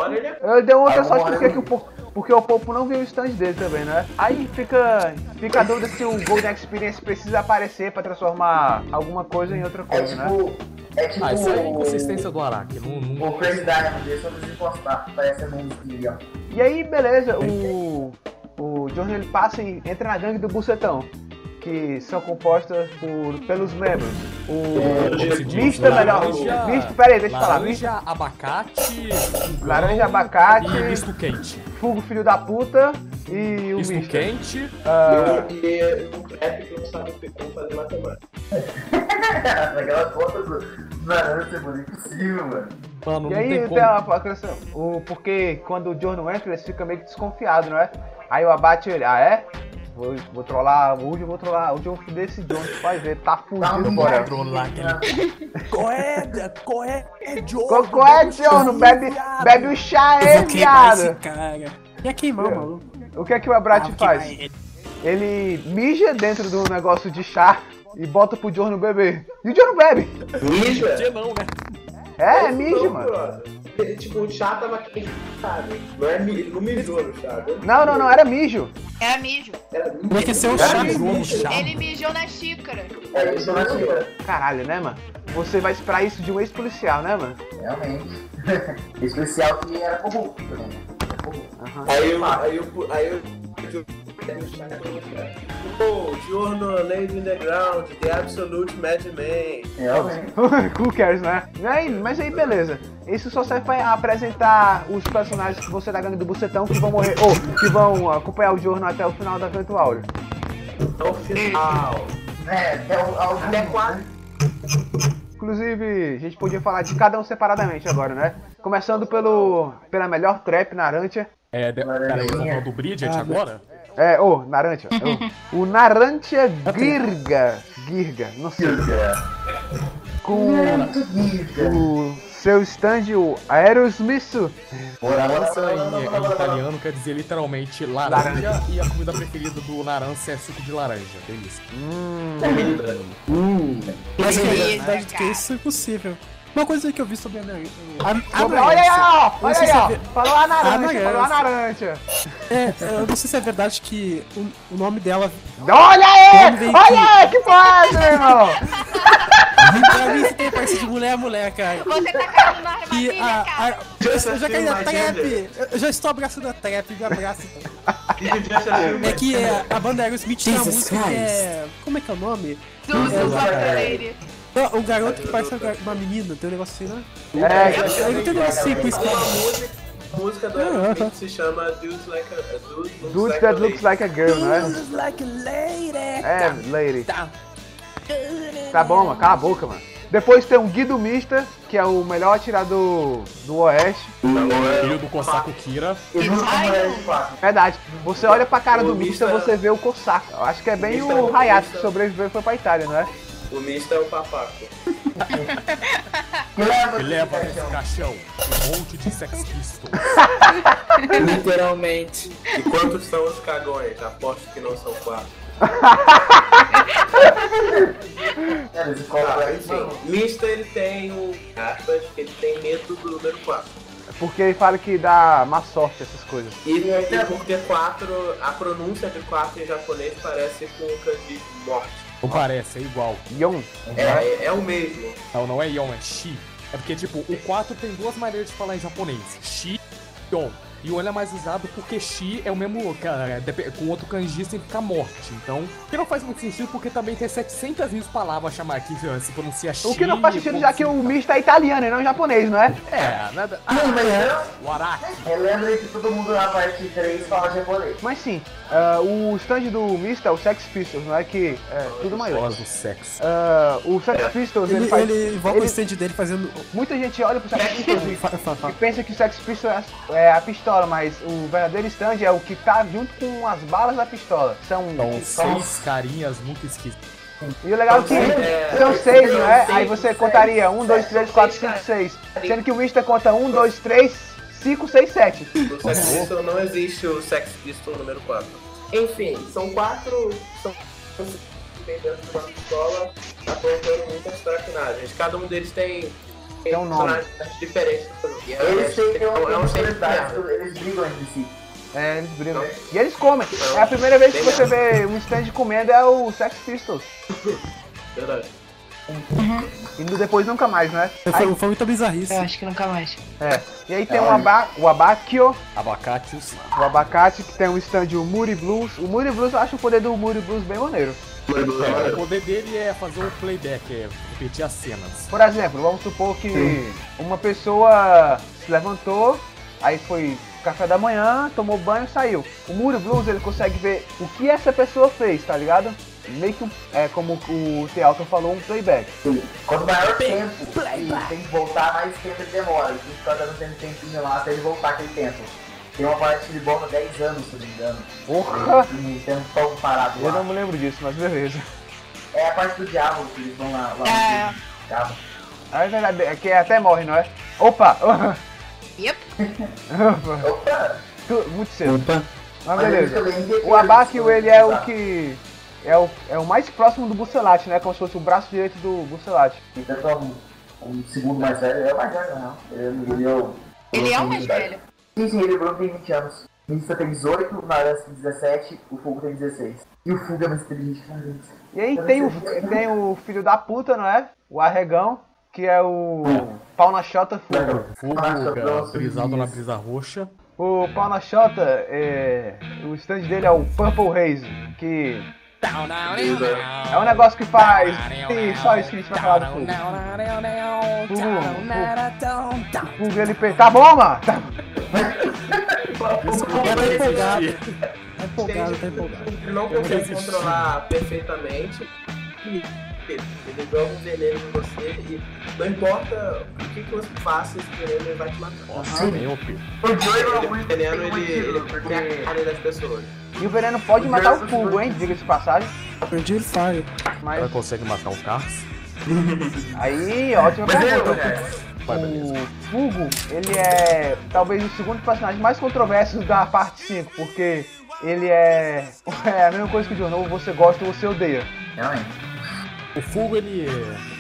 Olha, ele é. Eu dei outra Agora sorte porque, é eu- que o, Po- porque o Popo não viu o stand dele também, né? Aí fica, fica a dúvida se o Golden Experience precisa aparecer pra transformar alguma coisa em outra É coisa, né? tipo. É tipo. Ah, isso aí é a inconsistência do Araki. Não, não... O Crazy Diamond, deixa eu desencostar. Parece a mão do filho, ó. E aí, beleza, o. O Johnny ele passa e entra na gangue do Bucetão. Que são compostas por, pelos membros. O. como se diz, Misto é melhor. laranja- Misto, pera aí, deixa eu falar. Misto, Laranja, abacate, fogão laranja, abacate, e misto quente. É. fogo filho da puta e o Misto misto. quente, Ah. E um crepe que não sabe o que- como fazer matemática. Aquela conta do. Mano, isso é muito impossível, mano. mano, E Então não tem aí como. tem a, a questão, o, porque quando o John não entra, eles ficam meio que desconfiados, não é? Aí o abate ele, ah é? Vou, vou trollar o Woody, vou trollar o John desse John que vai ver, tá um fugido fora. Trollar aquele. é, Corre, corre, Diogo. Cocô é John, bebe, bebe o chá, Eu hein, vou queimar esse viado? cara. Ia queimar o Viado. maluco. O que é que o abate Ah, faz? queimar ele. Ele mija dentro do negócio de chá e bota pro John beber. E o John bebe! Ninja? Porque não, né? É, é Não, mija, mano. brother. Ele, Tipo, o chá tava quente, sabe? Não é milho, ele não mijou no chá. né? Não, não, não, era mijo. Era É mijo. Era milho. Enlouqueceu o Cara, chá. jogo chato. Ele mijou na xícara. É isso, né, tio? Caralho, né, mano? Você vai esperar isso de um ex-policial, né, mano? Realmente. Especial que era corrupto, né? Era corrupto. Aí eu. Aí eu. Aí eu. Pô, Journal Lady in the Ground, The Absolute Madman. Realmente. Who cares, né? Aí, mas aí, beleza. Isso só serve pra apresentar os personagens que você da gangue do Bucetão que vão morrer, ou que vão acompanhar o Jorno até o final da Canto Áureo. É o final. É, é o. Ah, é o- Até quase. Inclusive, a gente podia falar de cada um separadamente agora, né? Começando pelo pela melhor trap, Narantia. É, de... peraí, eu vou falar do Bridget Ah, agora? É, ô, Narantia. ô. o Narantia Girga. Girga, não sei. Com o seu stand, o Aerosmith. Narança em, em italiano quer dizer literalmente laranja, e a comida preferida do Narança é suco de laranja. Delícia. Mas a Beleza, realidade do que cara. isso é impossível. Uma coisa que eu vi sobre a Narantia. Sobre- Olha aí, ó, olha aí, ó. Você Falou a Narantia, Narantia. falou a Narantia. É, eu não sei se é verdade que o, o nome dela Olha Vamos aí! ver Olha aí, que foda, meu irmão! pra mim você tem parceiro de mulher a mulher, cara. Você tá caindo na Que armadilha, a, cara. a- eu já- eu já caí na Imagina. trap, eu- eu já estou abraçando a trap, me abraça. então. É É que é, a banda Aerosmith tinha uma música que é... Como é que é o nome? Do do Zombie Lady. Não, o garoto que parece uma, uma menina, tem um negócio assim, né? É, Eu não tenho um negócio assim, por isso Uma que... música, a música do Aerosmith se chama Dudes Like a Dude Looks dude Like that a looks Lady. like a girl, não é? Like a lady. Tá. É, lady. Tá bom, mano, cala a boca, mano. Depois tem um Guido Mista, que é o melhor atirador do Oeste. Filho do Kosako Kira. Eu juro que a mulher de quatro. Verdade, você olha pra cara O do Mista, Mista- você vê o Cossaco. Eu acho que é bem O Mista- o Hayato o que Mista- sobreviveu e foi pra Itália, não é? O Mista é o papaco. Leva, Leva nesse caixão um monte de sex pistols. Literalmente. E quantos são os cagões? Aposto que não são quatro. é, Cara, esse copo Tá, aí, enfim. mano. Mista ele tem o. Aspas, ele tem medo do número 4. Porque ele fala que dá má sorte essas coisas. E, e porque 4, a pronúncia de 4 em japonês parece com o kanji morte. Não parece, é igual. Yon, É, é o mesmo. Não, não é Yon, é Shi. É porque, tipo, o 4 tem duas maneiras de falar em japonês. Shi e Yon. E o An é mais usado porque Shi é o mesmo, cara, depe- com outro kanji significa morte. Então, o que não faz muito sentido porque também tem 700 mil palavras chamar aqui, se pronuncia Shi. O que não faz sentido, como já que se- o Mist é italiano e não japonês, não é? É, nada... Ah, Não, mas Waraki. eu, eu lembro que todo mundo na parte 3 fala japonês. Mas sim, ah, o stand do Mist é o Sex Pistols, não é que é tudo maior. Voz do sexo. Ah, o Sex Pistols, ele, Ele, faz... ele envolve ele- o stand dele fazendo. Muita gente olha pro Sex Pistols e Fa- fa- e fa- pensa que o Sex Pistols é a- é a pistola, mas o verdadeiro stand é o que tá junto com as balas da pistola. São... São seis carinhas muito esquisitas. E o legal é que É, são seis, não é? seis, Aí você seis, contaria 1, 2, 3, 4, seis, 5, 6. Sendo que o Mista conta 1, 2, 3, 5, 6, 7. O Sex Pistol não existe o Sex Pistol número 4. Enfim, são quatro. São tem dentro de uma escola aprontando muitas traquinagens. Cada um deles tem. Tem um nome. personagens diferentes. E é, Eles têm é, uma um- é um sempre oportunidade, merda. eles brigam entre si. É, eles brigam. E eles comem. É a primeira vez que você vê um stand comendo é o Sex Pistols. Verdade. E no- depois nunca mais, né? Aí, Foi, foi muita bizarrice. Eu acho que nunca mais. é. E aí tem o, aba, o Abacchio, Abacates. o Abacate, que tem um stand, o Muri Blues. O Muri Blues, eu acho o poder do Muri Blues bem maneiro. O poder dele é fazer um playback, é repetir as cenas. Por exemplo, vamos supor que uma pessoa se levantou, aí foi café da manhã, tomou banho, saiu. O Muro Blues ele consegue ver o que essa pessoa fez, tá ligado? Meio que um- é como o Tealto falou, um playback. Quanto maior tempo, ele tem que voltar, mais tempo ele demora. Ele fica dando um tempo, tempinho lá até ele voltar aquele tempo. Tem uma parte que ele volta 10 anos, se eu não me engano. Porra! Um tempo todo parado Eu lá. não me lembro disso, mas beleza. É a parte do diabo que eles vão lá. lá É. no diabo. Aí, na verdade, é que até morre, não é? Opa! Yep. Opa! Tu- Muito cedo. Mas Mas eles Ah, beleza. também entendem O Abacchio, isso, ele é o exato. que... É o, é o mais próximo do Bucelate, né? Como se fosse o braço direito do Bucelate. Ele tanto é um, um segundo mais velho, ele é o mais velho, não. Ele, ele é o. Ele é o mais mais velho. Sim, sim, ele é o tem 20 anos. O Mista tem 18, o Naranjo tem 17, o Fogo tem 16. E o Fogo é mais inteligente que o Mista. E aí tem o, tem o filho da puta, não é? O arregão, que é o pau na chota É, fuga. Fogo, Nossa, cara, nossa, brisado isso. na brisa roxa. O pau na chota, é, o stand dele é o Purple Haze, que é um negócio que faz... E só isso que a gente vai falar do Fugo. O Fugo, ele pensa, tá bom, mano? Tá O cara tá empolgado. Tá empolgado, tá empolgado. não consegue controlar perfeitamente. Ele joga um veneno em você e não importa o que, que você faça, esse veneno ele vai te matar. Nossa, míope. O Joey é Ele- O muito veneno ele, ele porque come a carne das pessoas. E o veneno pode matar o Fugo, hein? Diga-se de passagem. Perdi ele fire. Ela Mas consegue matar o Cars? aí, ótima Mas é, pergunta. mulher. Vai, beleza. O Fugo, ele é talvez o segundo personagem mais controverso da parte 5, porque ele é, é a mesma coisa que o John Novo, você gosta ou você odeia. é. Realmente. O fogo, ele.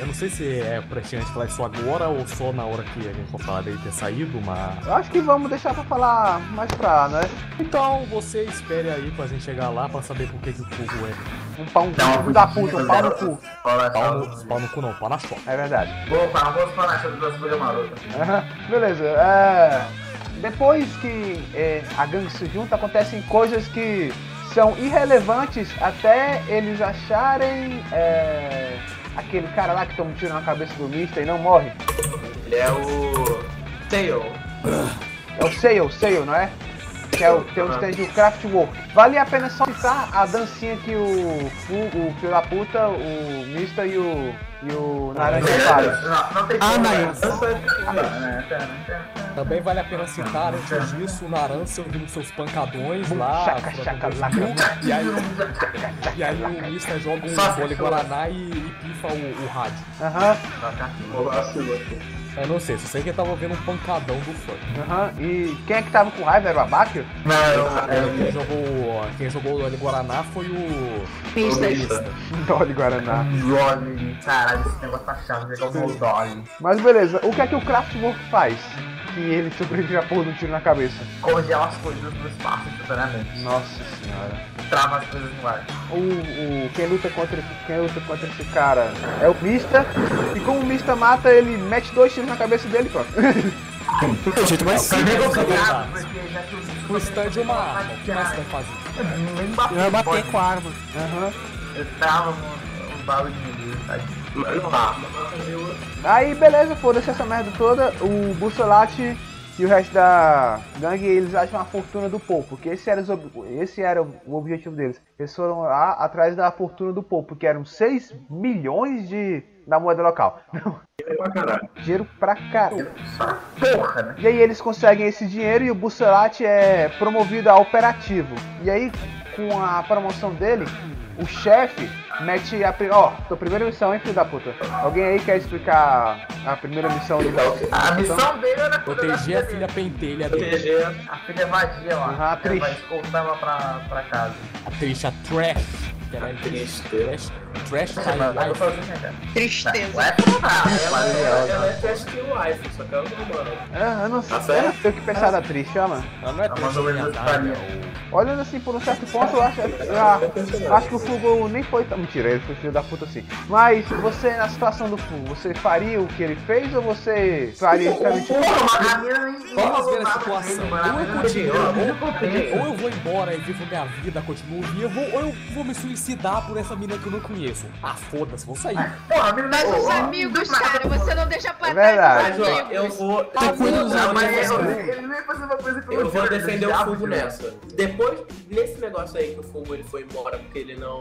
Eu não sei se é praticamente falar isso agora ou só na hora que a gente for falar dele ter saído, mas. Eu acho que vamos deixar pra falar mais pra, né? Então você espere aí pra gente chegar lá pra saber por que, que o fogo é. Um pau, um Dá uma cu da puta, um pau no fugidinha, cu. Fala, Pau fala. no, pau no cu não, pau na chota. É verdade. Vou falar, vou falar sobre duas coisas malucas. Beleza, é, Depois que é, a gangue se junta, acontecem coisas que são irrelevantes até eles acharem é, aquele cara lá que toma um tiro na cabeça do Mister e não morre. Ele é o. Tail. É o Sail, Sail, não é? Que é o tem Ah. um stand do Kraftwerk. Vale a pena só citar a dancinha que o, Fu- o filho da puta, o Mista e o, e o Naranja fazem. Não, não tem Ah, como. Nayan. Também vale a pena citar, antes disso, o Narança ouvindo seus pancadões lá. Chaca, chaca, laca. E aí, e aí o Mista joga um gole Guaraná e, e pifa o, o rádio. Aham, tá, Eu não sei, só sei que eu tava vendo um pancadão do funk. aham. E quem é que tava com raiva era o Abacchio? Não, é Cara, Quem jogou, quem jogou o gole Guaraná foi o. Dolly Guaraná. Dolly, caralho, um esse negócio tá chato, é como o Dolly. Mas beleza, o que é que o Kraftwerk faz? Que ele sobrevive a porra de um tiro na cabeça. Congela as coisas no espaço, instantaneamente. Nossa senhora. Trava as coisas no ar. O, o- quem, luta contra, quem luta contra esse cara é o Mista. E como o Mista mata, ele mete dois tiros na cabeça dele, pronto. É o jeito mais simples. Primeiro Sim, obrigado, sim. porque já que os- O stand de uma arma. O que mais você vai fazer? Nem bati, Eu ia bater pode- com a arma. Aham. Eu tava um, um bala de milho, tadinho. Mano, tá. arma. Aí, beleza, foda-se essa merda toda. O Bussolati e o resto da gangue, eles acham a fortuna do povo, porque esse era, os ob- esse era o objetivo deles. Eles foram lá atrás da fortuna do povo, porque eram 6 milhões de... na moeda local. Pra caralho. Dinheiro pra caralho. Porra, né? E aí eles conseguem esse dinheiro e o Bussolati é promovido a operativo. E aí, com a promoção dele, o chefe mete a... pri- Ó, tua primeira missão, hein, filho da puta? Alguém aí quer explicar a primeira missão do Então, ok. Tá A missão dele era cuidar da Proteger a dele. filha pentelha dele. proteger A filha vadia lá. Aham, a Ela vai Trish. escoltar ela pra, pra casa. A Trisha Trash. Que ela é Triste. Trash. Trash Ela vai Highlight. fazer assim, cara. Tristeza. Vai pra Ela, ela, ela. ela é trash kill life, só que é ela não, mano. Ah, eu não sei, Tá certo? eu não sei o que pensar da triste, ó, mano. Ela não é Ela Trash mandou minha ele nada, pra é Olhando assim por um certo ponto, eu acho, eu a- acho que o Fugo nem foi tão. Mentira, ele foi filho da puta assim. Mas você, na situação do Fugo, você faria o que ele fez ou você faria justamente o Porra, a mina nem nem Vamos ver a falou nada situação. dele, mano. Ou A eu mina continuo, não ou- compreende. Ou eu vou embora e vivo minha vida, continuo vivo, ou eu vou me suicidar por essa menina que eu não conheço. Ah, foda-se, vou sair. Porra, a mina Mas não- os Porra, amigos, do nada, cara, porra. você não deixa pra É trás verdade. Mas os ó, eu amigos. vou. Tá cuidando dos Não, mas amigos, eu- né? Ele ele não ia fazer uma coisa pelo Eu vou Jordan, defender o diabo, Fugo cara. nessa. Depois, nesse negócio aí que o Fugo ele foi embora porque ele não.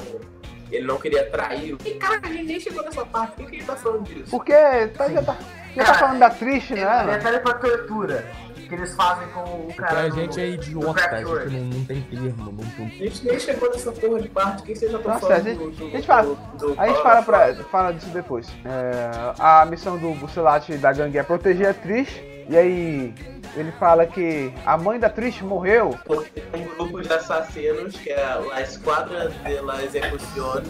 Ele não queria trair. E cara, a gente nem chegou nessa parte. Por que ele tá falando disso? Porque tá, já, tá, já tá falando da triste, né, mano? Detalhe pra tortura que eles fazem com o Porque cara. a do- gente Ah. é do idiota, Crack a gente World. não, não tem termo, não tem. A gente nem chegou nessa porra de parte. Por que vocês já estão Nossa, falando a gente- do, do- a gente fala- do- do- A gente fala, pra, fala disso depois. É, a missão do Bucelate da gangue é proteger a Trish. E aí ele fala que a mãe da Trish morreu. Porque tem um grupo de assassinos que é a Esquadra de la Execución Da é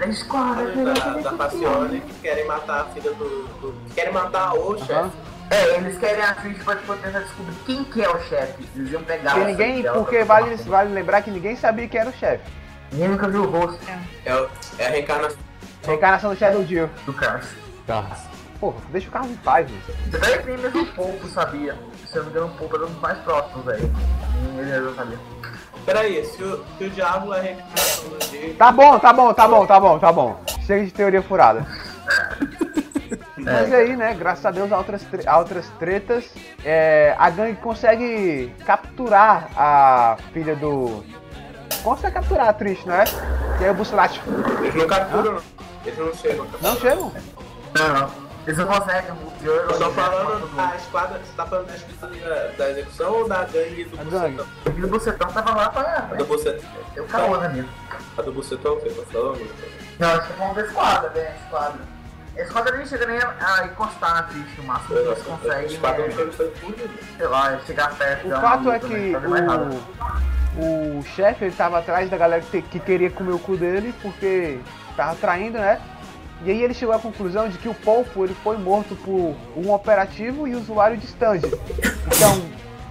Ah, escola, tá. né? da, da tipo, né? Passione que querem matar a filha do. do- que querem matar o Aham. chefe. É, eles querem a Twitch pra tipo, tentar descobrir quem que é o chefe. Eles iam pegar Porque o ninguém, chefe dela porque pra vale, matar. vale lembrar que ninguém sabia quem era o chefe. Ninguém nunca viu o rosto É, o- é a reencarnação. Reencarnação do Shadow Jill. do cara. Tá. Porra, deixa o carro em paz, gente. Daí nem mesmo o Pompo sabia. Se eu não me engano, o Pompo era um dos mais próximos aí. Ele não sabia. É. Peraí, se o, se o diabo é a reencarnação do dia. Tá bom, tá bom, tá bom, tá bom, tá bom. Chega de teoria furada. é, Mas aí, né, graças a Deus, a outras, tre- a outras tretas, é, a gangue consegue capturar a filha do... Consegue capturar a atriz, não é? E aí o Bussolati... Eles não capturam, não. Eles não chegam. a capturar. Não chegam? Não, não. Eles não conseguem. O é pior Eu tô falando da esquadra. Você tá falando da esquadra da, da execução ou da gangue do A gangue. bucetão? O filho do Bucetão tava lá pra. A do bucetão. Eu caô, né, mesmo. A do bucetão que eu tô falando? Não, eles ficam um da esquadra, velho. A esquadra. A esquadra nem chega nem a a encostar na Twitch. O máximo que eles A conseguem. esquadra não é- chega a fazer tudo. sei lá, chegar perto. O dar uma fato é luta, né? que Fazer mais nada. o, o chefe ele tava atrás da galera que, que queria comer o cu dele porque tava traindo, né? E aí ele chegou à conclusão de que o Polpo ele foi morto por um operativo e usuário de stand. Então,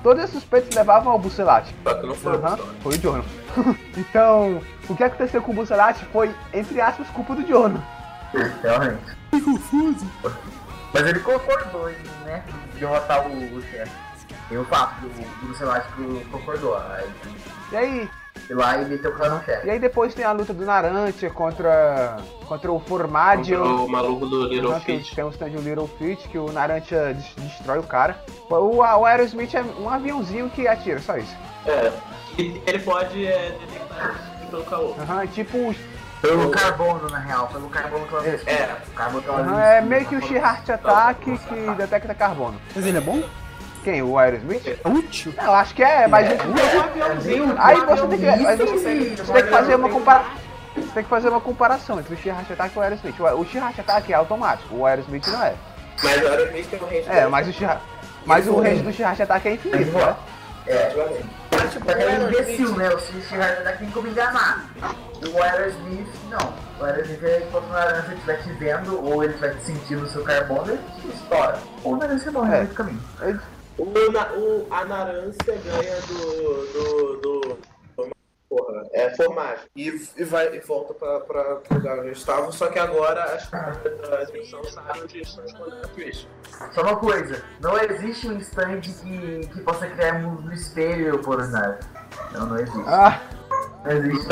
todos os suspeitos levavam ao Bucelati. Só que não foi Aham, opção. foi o Jorno. então, o que aconteceu com o Bucelati foi, entre aspas, culpa do Jorno. Realmente. Que confuso. Mas ele concordou em, né, derrotar o, o chefe. Eu faço, o Bruce Elástico tipo, concordou. Aí, E aí, foi lá e meteu o cara no e chefe. aí depois tem a luta do Narantia contra, contra o Formaggio. O maluco do Little Não, que Feat. Tem um stand do Little Feat que o Narantia des- destrói o cara. O, a- o Aerosmith é um aviãozinho que atira, só isso. É. E ele pode é, detectar pelo caô. Aham, tipo, Pelo carbono, na real. Pelo carbono que ela fez. É. O carbono que ela aham, fez. é meio que o She-Heart Attack que detecta carbono. Mas ele é bom? Quem? O Aerosmith? É útil? Não, acho que é, mas é um aviãozinho. Aí você tem que, aí você tem, você tem que fazer uma comparação. Você tem que fazer uma comparação entre o She-Heart Attack e o Aerosmith. O o She-Heart Attack é automático, o Aerosmith não é. Mas a hora mesmo que é um range. É, mas o She-Heart... Mas o range do She-Heart Attack é infinito, né? É. Mas, tipo, Só que ele é era imbecil, né? O Shihara daqui tem como enganar. O Aerosmith, não. O Aerosmith é tipo quando o Aerosmith estiver te vendo ou ele estiver te sentindo o seu carbono, ele te estoura. Ou o Aerosmith morre no É. meio do caminho. O, na, o, a Narância ganha do. do. do. do- Porra, é, formagem. E, e vai, e volta pra, pra pro lugar onde eles estavam, só que agora as as missão sabe onde eles estão escondendo a Twitch. Só uma coisa, não existe um stand que, que possa criar um no espelho, por nada. Não, não existe. Ah, Não existe.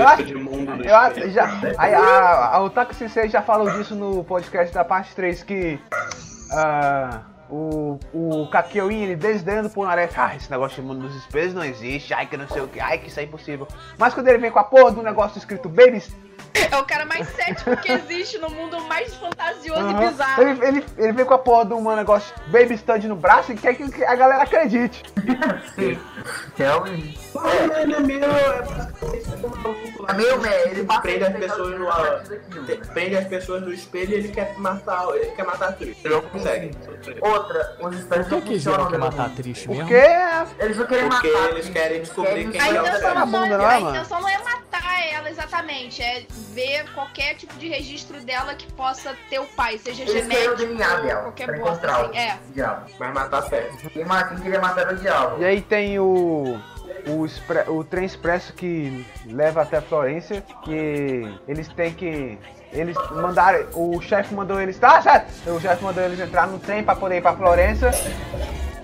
Ah, Chefe de mundo no eu acho espelho. já. aí, a- a- o Taxi 6 já falou disso no podcast da parte 3 que. ah, o, o Kakeuin, ele desdenhando por Naref, ah, esse negócio de mundo dos espelhos não existe, ai que não sei o que, ai que isso é impossível. Mas quando ele vem com a porra do negócio escrito Baby É o cara mais cético que existe no mundo mais fantasioso e Aham. bizarro. Ele, ele, ele vem com a porra do um negócio baby stand no braço e quer que que a galera acredite. Realmente. Ah, ele é meu, é basicamente um maluco lá. É meio mé, ele passa prende as ele tá pessoas no a partir daquilo, Te- né? prende as pessoas no espelho e ele quer matar, ele quer matar a atriz. Ele não consegue. Porque Outra, os stands Por não que geral funcionam. quer né? matar a triste mesmo? Porque é Eles não querem matar. eles querem descobrir quem A é o intenção, Sérgio. não, na bunda, é- não é, a mano? intenção não é matar ela exatamente, é ver qualquer tipo de registro dela que possa ter o pai, seja Eles querem genético, o DNA dela, pra qualquer bosta encontrar assim. o É. diabo. Mas matar a Sérgio. Quem ma- quem queria matar o diabo? E aí tem o. O, expre- o trem expresso que leva até Florença, que eles têm que. Eles mandaram. O chefe mandou eles. Tá, chefe! O chefe mandou eles entrar no trem pra poder ir pra Florença.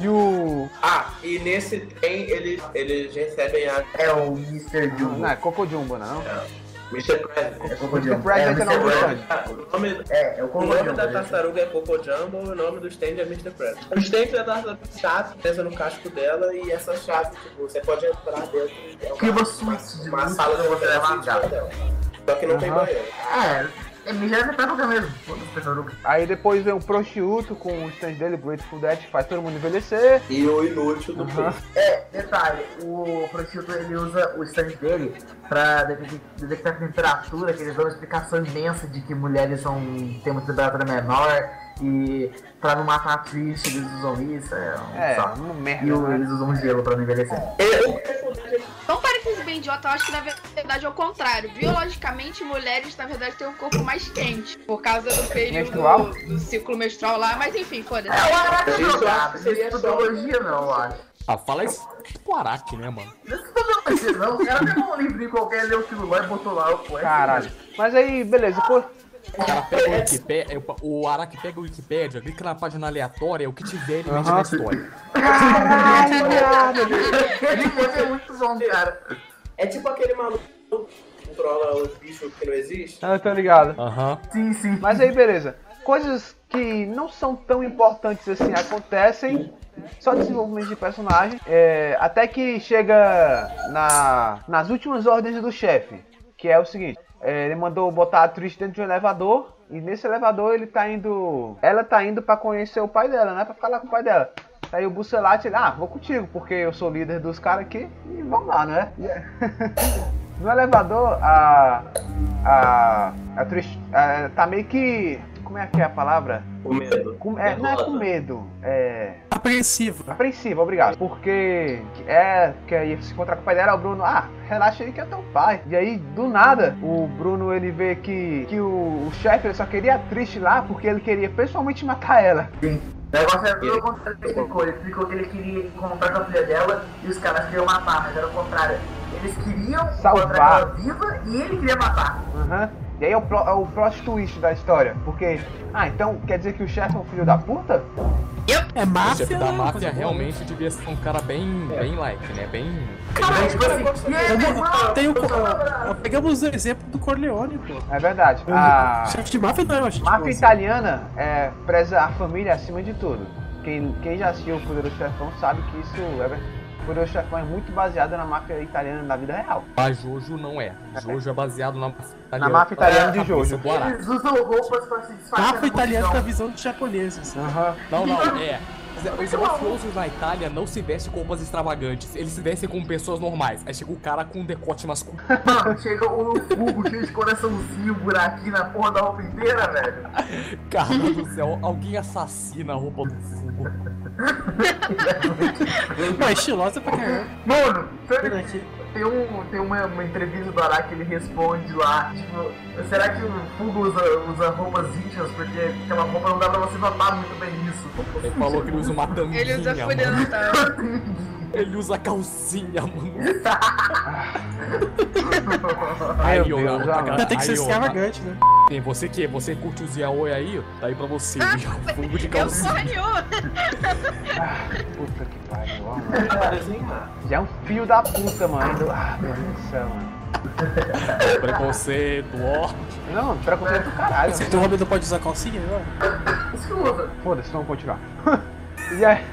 E o. Ah, e nesse trem eles, eles recebem a É o Mr. Ah, Jumbo. Não, é Coco Jumbo, não? É, Mr. President. É o Coco o Jumbo. É o President Mr. não né? Brand. é Ah, o nome, É, é o o Coco nome da Jumbo. tartaruga é Coco Jumbo, o nome do stand é Mr. President. O stand é da tartaruga chave presa no casco dela e essa chave, tipo, você pode entrar dentro. É uma, Que você- uma, uma sala de você um levar dela. Só que não tem Aham. banheiro. É, é melhor é tartaruga mesmo. Foda-se, tartaruga. Aí depois vem o prostituto com o stand dele, Grateful Dead, que faz todo mundo envelhecer. E o inútil do Aham. povo. É, Detalhe, o Prosciutto ele usa o stand dele pra detec- detectar a temperatura, que eles dão uma explicação imensa de que mulheres são, têm uma temperatura menor e pra não matar a atriz eles usam isso, é um É, saco. uma E merda. o- né? eles usam um gelo pra não envelhecer. Não parece bem idiota, eu acho que na verdade é o contrário. Biologicamente, mulheres, na verdade, têm um corpo mais quente, por causa do período Menstrual? do, do ciclo menstrual lá, mas enfim, foda-se. É, o Araque é Isso eu acho drogado, que isso seria é futurologia não, eu acho. Ah, fala isso com o Araque, né, mano? Isso é futurologia não, o cara pegou um livrinho qualquer, leu aquilo lá e botou lá o poeta. Caralho. Mas aí, beleza. pô, O cara pega o Wikipédia, o Araque pega o Wikipédia, clica na página aleatória, é o que tiver ele mete Aham. na história. Ele foi muito bom, cara. É tipo aquele maluco que controla os bichos que não existe. Ah, eu tô ligado. Aham. Sim, sim. Mas aí, beleza. Coisas que não são tão importantes assim acontecem. Só desenvolvimento de personagem. é, até que chega na, nas últimas ordens do chefe. Que é o seguinte: é, ele mandou botar a atriz dentro de um elevador. E nesse elevador ele tá indo. Ela tá indo pra conhecer o pai dela, né? Pra ficar lá com o pai dela. Aí o Bucelate, ele, ah, vou contigo, porque eu sou líder dos caras aqui. E vamos lá, né? No elevador, a. A. A atriz. a- tá meio que. Como é que é a palavra? O medo. Com- é, não é com Nervosa. medo. É. Apreensiva. Apreensiva, obrigado. Porque. É. Que aí se encontrar com o pai dela, o Bruno. Ah, relaxa aí que é teu pai. E aí, do nada, o Bruno ele vê que. Que o, o chefe ele só queria a atriz lá porque ele queria pessoalmente matar ela. O negócio era tudo ao contrário do que ele ficou. Ele explicou que ele queria encontrar com a filha dela e os caras queriam matar, mas era o contrário. Eles queriam Salvar. encontrar ela viva e ele queria matar. Aham. E aí é o, pro, é o plot twist da história. Porque. Ah, então quer dizer que o chefe é um filho da puta? É O máfia, chefe né? da Coisa máfia boa. realmente devia ser um cara bem, É. bem like, né? Bem. Mas, tipo assim, e aí, Eu meu vou- irmão? Tem o. ó, Pegamos o exemplo do Corleone, pô. É verdade. Ah. Chefe de máfia não, acho que. Máfia italiana é, preza a família acima de tudo. Quem, quem já assistiu o Poderoso Chefão sabe que isso é ver- o Poderoso Chefão é muito baseado na máfia italiana na vida real. Mas Jojo não é. Jojo é baseado na máfia italiana. Ah, máfia italiana de Jojo. Do Araque. Eles usam roupas pra se disfarçar. Máfia italiana na multidão. visão dos japoneses. né? Não, não, é. Os- Os mafiosos na Itália não se vestem com roupas extravagantes, eles se vestem como pessoas normais. Aí chega o cara com um decote masculino. Mano, chega o fogo cheio de coraçãozinho, um buraquinho na porra da roupa inteira, velho. Cara do céu, alguém assassina a roupa do fogo. Pô, é estilosa pra caramba. Mano, sério Pera aqui. Tem, um, tem uma, uma entrevista do Ará que ele responde lá, tipo, será que o Fugo usa, usa roupas íntimas? Porque aquela roupa não dá pra você notar muito bem isso. Ele falou que ele usa uma tampinha. Ele usa mano. fudendo, tá? Ele usa calcinha, mano. Aí, Meu Yona, Deus, tá amado. gra- Ainda tem que ser aí, Yona. extravagante, né? Tem você que você curte os yaoi aí, tá aí pra você. o fungo de Eu calcinha. porra nenhuma. Tá Puta que pariu, ó, mano. Ah, desenhar. Já é um fio da puta, mano. Ah, meu Deus do céu, mano. Preconceito, ó. Não, preconceito do caralho. Se Então o Robin não pode usar calcinha, ó. Isso que usa. Foda-se, vamos continuar. e, aí,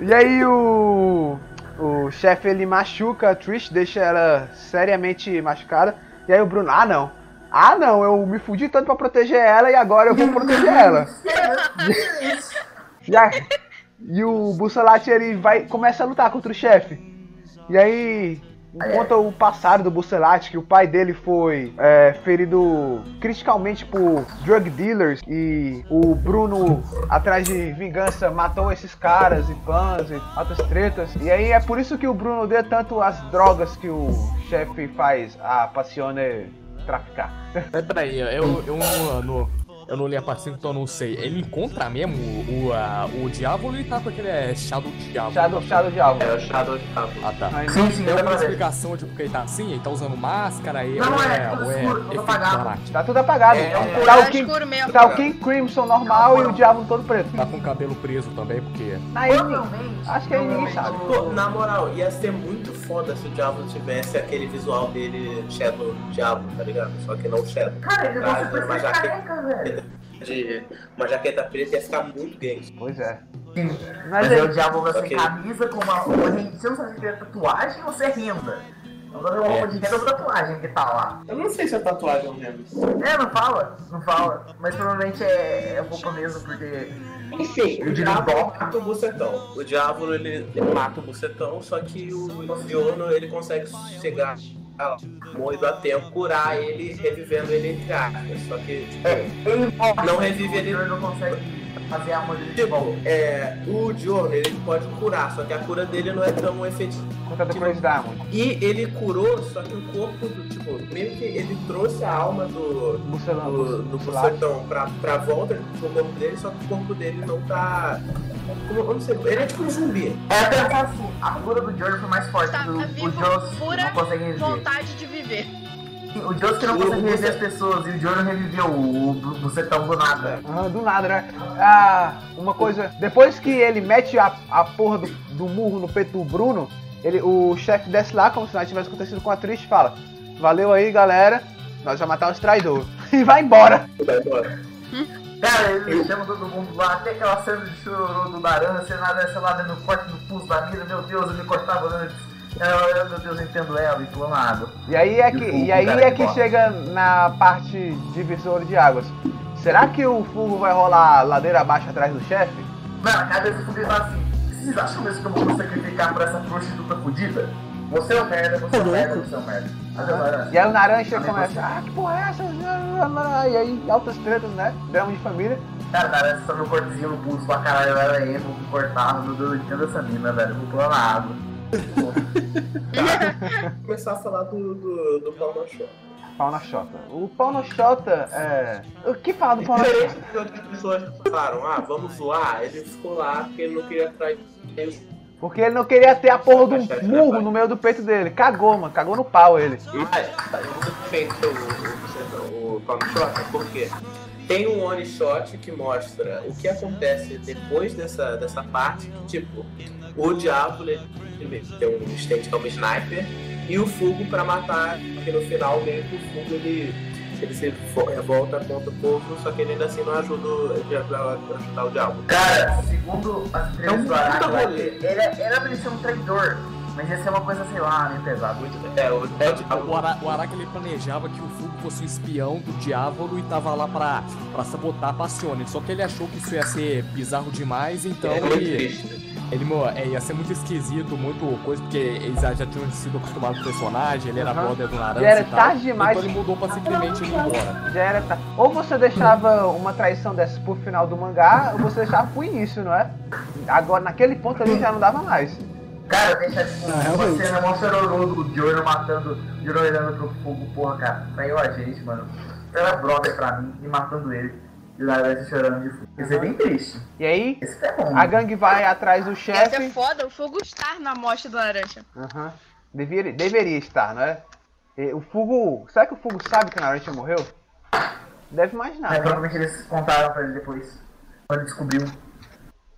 e aí o. O chefe ele machuca a Trish, deixa ela seriamente machucada. E aí o Bruno, ah não! Ah não, eu me fudi tanto pra proteger ela e agora eu vou proteger ela. e, aí, e o Bussolati ele vai, começa a lutar contra o chefe. E aí conta o passado do Bussolati, que o pai dele foi é, ferido criticalmente por drug dealers e o Bruno, atrás de vingança, matou esses caras e fãs e altas tretas. E aí é por isso que o Bruno odeia tanto as drogas que o chefe faz a Passione traficar. Mas peraí, eu, eu, não- não- eu não li a parte 5, então eu não sei. Ele encontra mesmo o, o, a- o diabo ou ele tá com aquele é, chá do diabo? Chá do, chá do diabo. É o Shadow de Cabo. Ah, tá. Mas- Sim, sim, Tem dá alguma pra ver. explicação de porque ele tá assim? Ele tá usando máscara aí? Não, ou é, é, tudo ou é escuro, tudo efeito apagado. barato? Tá tudo apagado. É, é um tá, o Tá King, escuro mesmo. tá o King Crimson normal e o diabo todo preto. Tá com o cabelo preso também, porque... Aí, Provavelmente. acho que é aí ninguém sabe. Pô, na moral, ia ser muito foda se o Diablo tivesse aquele visual dele Shadow Diablo, tá ligado? Só que não Shadow. Cara, ele vai Ah, super mas é. ser aqui- careca, velho. De uma jaqueta preta ia ficar muito gay. Pois é. Mas Mas aí o aí, diabo vai sem Ok. camisa, com uma roupa rendida. Você não sabe se é tatuagem ou se é renda. Agora é uma roupa de renda ou tatuagem que tá lá. Eu não sei se é tatuagem mesmo. É, não fala, não fala. Mas provavelmente é, é roupa mesmo, porque. Enfim, o Eu diabo diria- mata o bucetão. O diabo ele mata o bucetão, só que o Viono ele consegue chegar lá, morre a tempo, curar ele, revivendo ele entre aspas. Só que tipo, Ele morre. Não revive ele. Ele não consegue fazer a molha de Tipo, bom. é, o Diorno ele pode curar, só que a cura dele não é tão efetiva. conta do Chris Diamond. E ele curou, só que o corpo do tipo, meio que ele trouxe a alma do Uhum. do, do Bucelano. bucetão pra, pra volta do corpo dele, só que o corpo dele não tá. Como, como você, ele é tipo um zumbi. É pensar assim, a cura do Jordan foi mais forte. Tá do, vivo, o Joss pura não consegue reviver. Vontade de viver. O Joss que não E consegue o reviver Bucet- as pessoas e o Jordan reviveu o, o, bu- bucetão do nada. Aham, do nada, né? Ah, uma coisa. Depois que ele mete a, a porra do, do murro no peito do Bruno, ele, o chefe desce lá, como se nada tivesse acontecido com a Trish, e fala: Valeu aí, galera. Nós vamos matar os traidores. E vai embora. Vai embora. Cara, ele chama todo mundo lá, até aquela cena de chororô do Naran, sei lá, né, sei lá, dando forte no pulso da mina, meu Deus, eu me cortava antes. É, Eu, eu, meu Deus, eu entendo ela e pulando a água. E aí é que, e aí é que chega na parte divisor de águas. Será que o fogo vai rolar ladeira abaixo atrás do chefe? Mano, a cabeça fudida tá assim. Vocês acham mesmo que eu vou me sacrificar pra essa prostituta fudida? Você é um merda, você é um merda, você é um merda. Mas agora. E aí o Naranja começa, ah, que porra é essa? E aí, altas tretas, né? Drama de família. Cara, parece só meu cortezinho no pulso pra caralho, eu era emo, me cortava, meu Deus, eu entendo essa mina, velho, vou pular na água. Começar a falar do, do, do Palma Show. Pau na Xota. O pau na Xota é. O que fala do pau na Xota? Diferente do que outras pessoas falaram, ah, vamos zoar, ele ficou lá porque ele não queria trair os Porque ele não queria ter a porra de um murro no meio do peito dele. Cagou, mano. Cagou no pau ele. Mas, tá muito feito o, o, o Palm Shot, porque tem um one shot que mostra o que acontece depois dessa, dessa parte, que, tipo, o diabo ele ele tem um instinto como sniper, e o fogo pra matar, porque no final meio que o fogo ele, ele se vo- revolta contra o povo, só que ele ainda assim não ajuda, o- ele ajuda a ajudar o diabo. Cara, segundo as entrevistas do puta Araki, vai rolê. ter- ele ele era pra ele ser um traidor, mas ia ser uma coisa, sei lá, meio pesada. Muito, é, o, é o diabo O, Ara, o Araki ele planejava que o Fugo fosse o espião do Diávolo e tava lá pra, pra sabotar a Passione. Só que ele achou que isso ia ser bizarro demais, então é muito ele, triste. né? ele mo- é, ia ser muito esquisito, muito coisa, porque eles já já tinham sido acostumados com o personagem, ele era Aham. brother do Naranja Ele era e tal. tarde demais. Então ele mudou pra simplesmente ir embora. Já era. Tá. Ou você deixava uma traição dessa pro final do mangá, ou você deixava pro início, não é? Agora, naquele ponto ali já não dava mais. Cara, deixa tipo, Ah, uma realmente. cena mó chororô do Jordan matando, Jordan olhando pro fogo, porra, cara, traiu a gente, mano. Era brother pra mim e matando ele. E lá vai chorando de fundo. Isso é bem triste. E aí, Esse é bom. a gangue vai atrás do Ia ser chefe. é foda o fogo estar na amostra do laranja. Aham. Deveria, deveria estar, né? E o Fugo. Será que o Fugo sabe que a Naruto morreu? Deve Aí imaginar. Né? provavelmente eles contaram pra ele depois. Quando ele descobriu.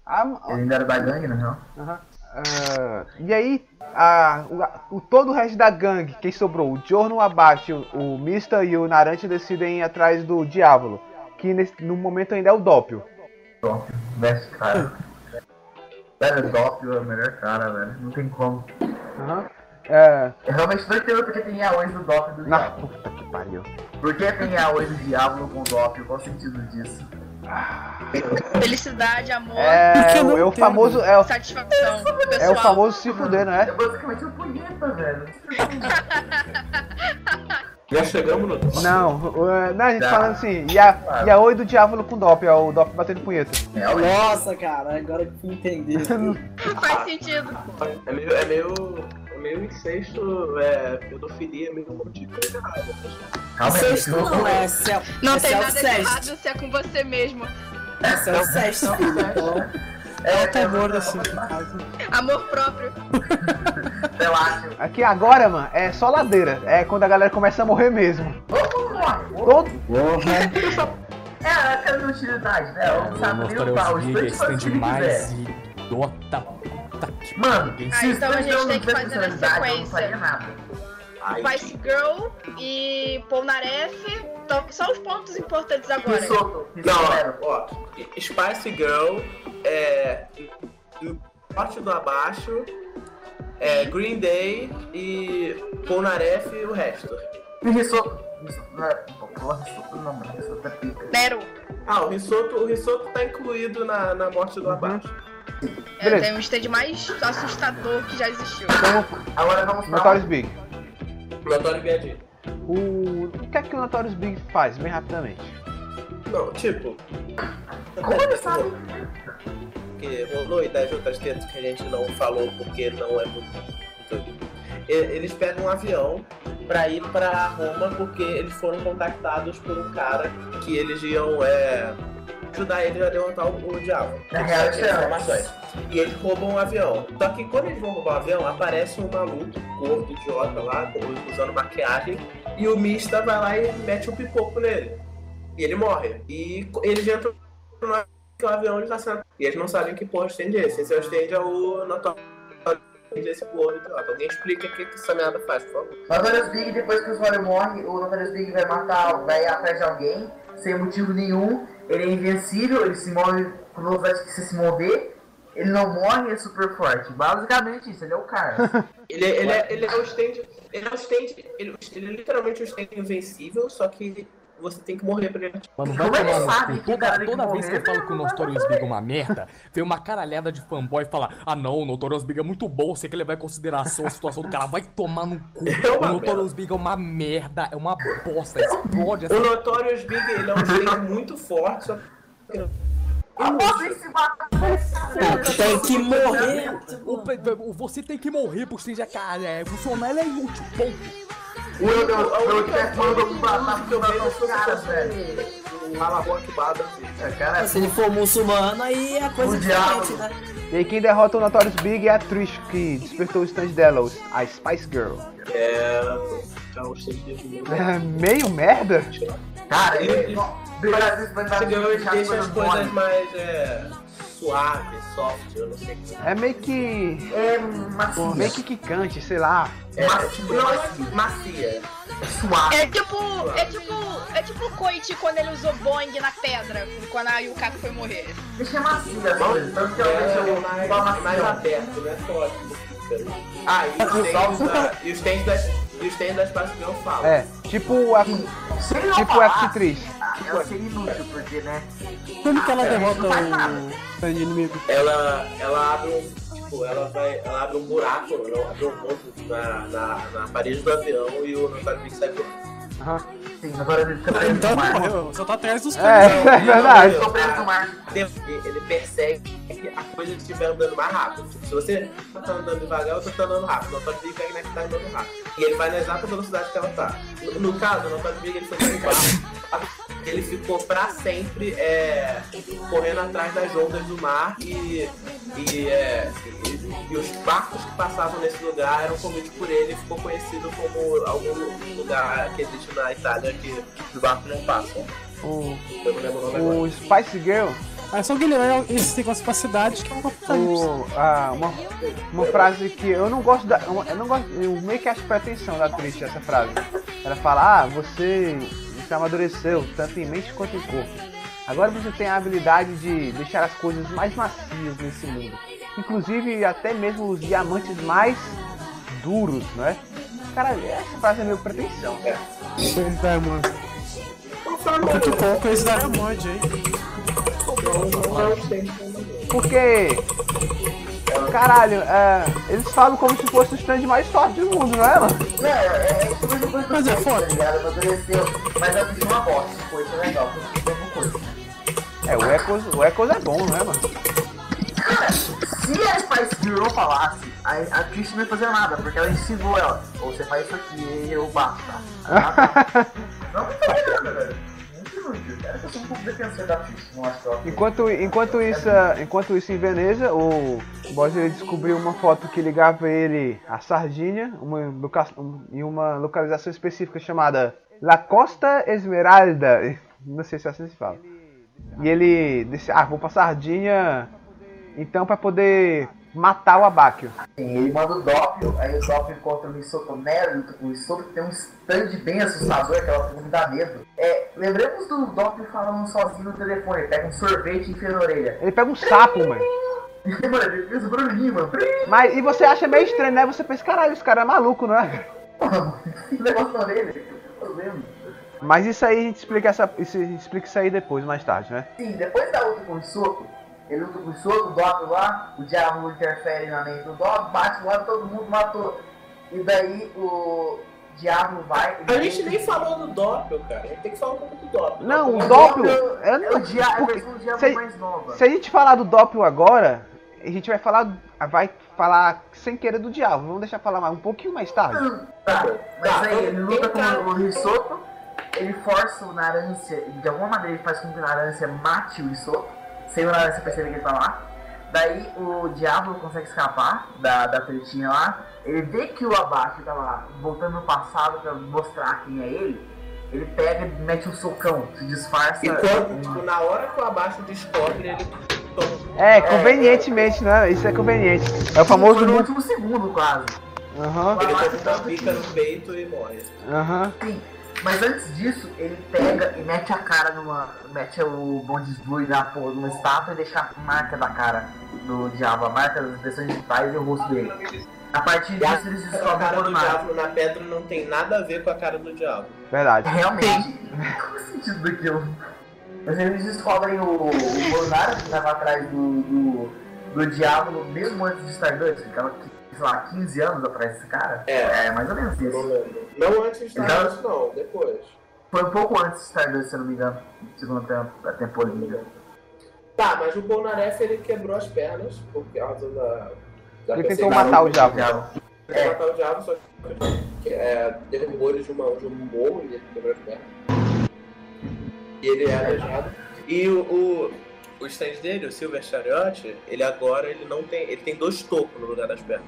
A- Ele ainda era da gangue, na real. aham. Ah, e aí, a, o, a- o- todo o resto da gangue, quem sobrou, o Jorno abate, o, o Mista e o Narante decidem ir atrás do Diávolo, que nesse- no momento ainda é o Doppio. Top. Best cara. Velho, o Top é o melhor cara, velho. Não tem como. Aham. É, Eu realmente não entendo porque tem yaois do Dop e do na Diabo. puta que pariu. Por que tem yaoi do Diabo com o Dop? Qual o sentido disso? Felicidade, amor, Por É, que não o- é o tem? famoso. É, o- satisfação. Pessoal, é o famoso se fuder, não É é? basicamente uma punheta, velho. Já chegamos no top. Não, é, não, a gente Tá. falando assim, e a, e a oi do diabo com Dop, é o Dop batendo punheta. Yaoi. Nossa, cara, agora que eu entendi. Ah, faz sentido. É meio. É meio. É meio incesto, é. Pedofilia, meio um monte de coisa errada. Calma aí, Sexto desculpa. não, é cel- Não é tem nada de errado self-sexto. se é com você mesmo. É self-sexto, filho. Então, É, Tá morto assim. Amor próprio. é. Relaxa. Aqui agora, mano, é só ladeira. É quando a galera começa a morrer mesmo. Todo- Porra. É, a cara de utilidade, né? Eu não sabe nem o pau. Os dois fazem o que quiser. Dota. Puta que Mano, pariu. Ah, se os então a dois gente não tem que tivessem fazer na personalidade, eu não sequência. faria nada. Ai, Vice Girl e Polnareff. Então, Só os pontos importantes agora. Que soco, que Não, soco. ó, Spice Girl, é. do Forte do Abaixo, é, Green Day e Polnareff e o resto. Que soco. Não é- Porra, soco não, mano. Isso é pica. Nero. Ah, o risoto, o risoto tá incluído na, na morte do Abaixo. É, Beleza. tem um stand mais assustador que já existiu. Agora vamos Notorious pra. Big. Notório Biadinho. O... o que é que o Notorious Big faz, bem rapidamente? Não, tipo. Como ele sabe? Porque rolou e das outras tetas que a gente não falou porque não é muito. muito- E- Eles pegam um avião pra ir pra Roma porque eles foram contactados por um cara que eles iam é, ajudar eles a derrotar o, o diabo. Na Eles têm real, isso é informações. E eles roubam um avião. Só que quando eles vão roubar o avião, aparece um maluco gordo, idiota lá, usando maquiagem, e o Mista vai lá e mete um pipoco nele. E ele morre. E co- eles entram no avião, que o avião está sendo. E eles não sabem que porra stand é esse. Esse é o stand é o notório stand desse porra idiota. Alguém explica o que, que essa merda faz, por favor. Notorious Big, depois que o usuário morre, o Notorious Big vai matar, vai atrás de alguém, sem motivo nenhum. Ele é invencível, ele se move com velocidade que você se mover. Ele não morre, é super forte. Basicamente isso, ele é o cara. Ele, é- ele, é, ele é o stand. Ele é o stand. Ele, ele é literalmente o stand invencível, só que você tem que morrer pra ele. Mano, vai Como ele tomar sabe no cu. que o Toda, cara toda tem que vez que eu morrer, falo que o Notorious Big é uma merda, vem uma caralhada de fanboy falar: Ah, não, o Notorious Big é muito bom, sei que levar em consideração a situação do cara. Vai tomar no cu. É uma o Notorious Big é uma merda, é uma bosta, explode O essa. Notorious Big ele é um stand muito forte, só que. Você se mata, tem que morrer. O, o- você tem que morrer por ser cara, é, funcionar ele é útil. Ponto. O eu não, A eu única quero quando eu matar que eu vejo é se os você caras, velho. fosse um alaboque bada. Cara, Se ele for muçulmano, aí é coisa O diferente, diabo. né? E aí quem derrota o Notorious Big é a atriz que despertou o stand dela, os- a Spice Girl. É. É um stand de mundo. É, meio merda? cara, Ele- ele. Obrigado, vocês vão dar Esse um ele chato deixa as quando coisas morre. mais é, suaves, soft, eu não sei o que. É meio que... É macio. meio que quicante, sei lá. É, Macio, não macio. é macia. Suave. É tipo. É tipo. É tipo o Coit quando ele usou Boeing na pedra, quando a Yukako foi morrer. Deixa macio as coisas. Tanto que Então, eu É, vejo mais, uma mais macio. aberto, né? Sólido. Ah, e os stands da. E os stands das. E os stands das partes que eu falo. É, tipo a... Se ele não Tipo a falasse, atriz. ah, Ela seria inútil, porque, né? Como que ela derrota o stand inimigo? Ela, ela abre um. Tipo, ela vai. Ela abre um buraco, ela abre um ponto na, na, na parede do avião e o Notário Big sai por. Sim, agora ele fica preso Então no não mar. morreu, só tá atrás dos É, caras. é verdade. Ficou preso no mar. tá Ele um ele persegue que a coisa estiver andando mais rápido. Tipo, se você tá andando devagar, você tá andando rápido. O Notorious Big pega na que tá andando rápido. E ele vai na exata velocidade que ela tá. No, no caso, o Notorious Big ele foi derrubado. ele ficou pra sempre é, correndo atrás das ondas do mar e, e, é, e- e os barcos que passavam nesse lugar eram comidos por ele e ficou conhecido como algum lugar que existe na Itália que os barcos não passam. O, Eu não lembro o nome agora. O Spice Girl, ah, só o Guilherme, esse negócio pra cidade que é um apocalipse. o, ah, uma, uma frase que eu não gosto da. uma- Eu, não gosto, eu meio que acho pretensão da atriz essa frase. Ela fala, ah, você, você amadureceu, tanto em mente quanto em corpo. Agora você tem a habilidade de deixar as coisas mais macias nesse mundo. Inclusive até mesmo os diamantes mais duros, não é? Cara, essa frase é meio pretensão. Coisa da Diamond. né, Muito bom, coisa da Diamond, hein? Porque. Caralho, é, eles falam como se fosse o stand mais forte do mundo, não é, mano? Não, é, é, é coisa do Mas é Corinthians, foda. tá ligado? Amadureceu. Mas eu fiz uma bosta, foi foi legal, foi foi uma coisa. É, o Echoes, o Echoes é bom, não é, mano? Se é a Spice Girl falasse, a, a Christie não ia fazer nada, porque ela ensinou ela. Ou você faz isso aqui e eu bato, tá? Não não faz nada, velho. Muito inútil, cara. Eu sou um pouco defensor da Christie, não acho que ela... Enquanto, enquanto, isso, é, enquanto isso, em Veneza, o Boss ele descobriu uma foto que ligava ele à Sardinha uma loca- um- em uma localização específica chamada La Costa Esmeralda. Não sei se é assim que se fala. E ele disse: Ah, vou pra Sardinha então pra poder matar o Abáquio. Sim, ele manda o Doppio, aí o Doppio encontra o Missoto Nero, luta com o Missoto, que tem um stand bem assustador, aquela coisa que dá medo. É, lembremos do Doppio falando sozinho no telefone, ele pega um sorvete e enfia na orelha. Ele pega um sapo, mano. Mano, ele fez o barulhinho, mano. Mas e você acha meio estranho, né? Você pensa, caralho, esse cara é maluco, não é? Esse negócio na orelha, o que eu tô fazendo? Mas isso aí a gente explica essa. Isso, a gente explica isso aí depois, mais tarde, né? Sim, depois da luta com o soco, ele luta com o soco, o Dob lá, o diabo interfere na mente do Dob, bate lá, todo mundo matou. E daí o diabo vai. A gente nem falou do Doppel, cara. A gente tem que falar um pouco do Doppel. Não, o O Doppel. Doppel eu É o não- diabo, a porque- versão do diabo se- mais nova. se a gente falar do Doppel agora, a gente vai falar. Vai falar sem querer do diabo. Vamos deixar falar mais, um pouquinho mais tarde. Tá, Tá, mas aí ele luta tem cara- com o Risoto, ele força o Narância, de alguma maneira ele faz com que o Narância mate o Risoto, sem o Narância perceber que ele tá lá. Daí o Diablo consegue escapar da, da tretinha lá, ele vê que o Abaque tá lá, voltando no passado pra mostrar quem é ele, ele pega e mete um socão, se disfarça. E quando, tipo, na hora que o abaixo descobre, ele toma. um É, convenientemente, né? Isso é conveniente. É o Foi famoso. no mu- último segundo quase. Aham, O Abaque Ele tá dá uma pica um no peito e morre. aham. Sim, mas antes disso, ele pega e mete a cara numa. mete o bonde blue na porra numa estátua e deixa a marca da cara do diabo, a marca das expressões digitais e o rosto dele. A partir disso, eles A descobrem o cara do coronário. diabo na pedra não tem nada a ver com a cara do diabo. Verdade. Realmente, qual o sentido daquilo? Mas eles descobrem o, o coronário que estava atrás do, do, do diabo mesmo antes de Stardust, ficava, sei lá, 15 anos atrás desse cara. É. mais ou menos Não isso. lembro. Não antes da antes, não, depois. Foi um pouco antes de Stardust, se eu não me engano, segundo tempo, a temporada. Tá, mas o Polnareff ele quebrou as pernas por causa da. da Ele tentou perseguição. matar o diabo. É. Tentou matar o diabo, só que é, derrubou ele de, uma, de um morro e ele quebrou as pernas. E ele é aleijado. E o, o, o stand dele, o Silver Chariot, ele agora ele não tem. Ele tem dois tocos no lugar das pernas.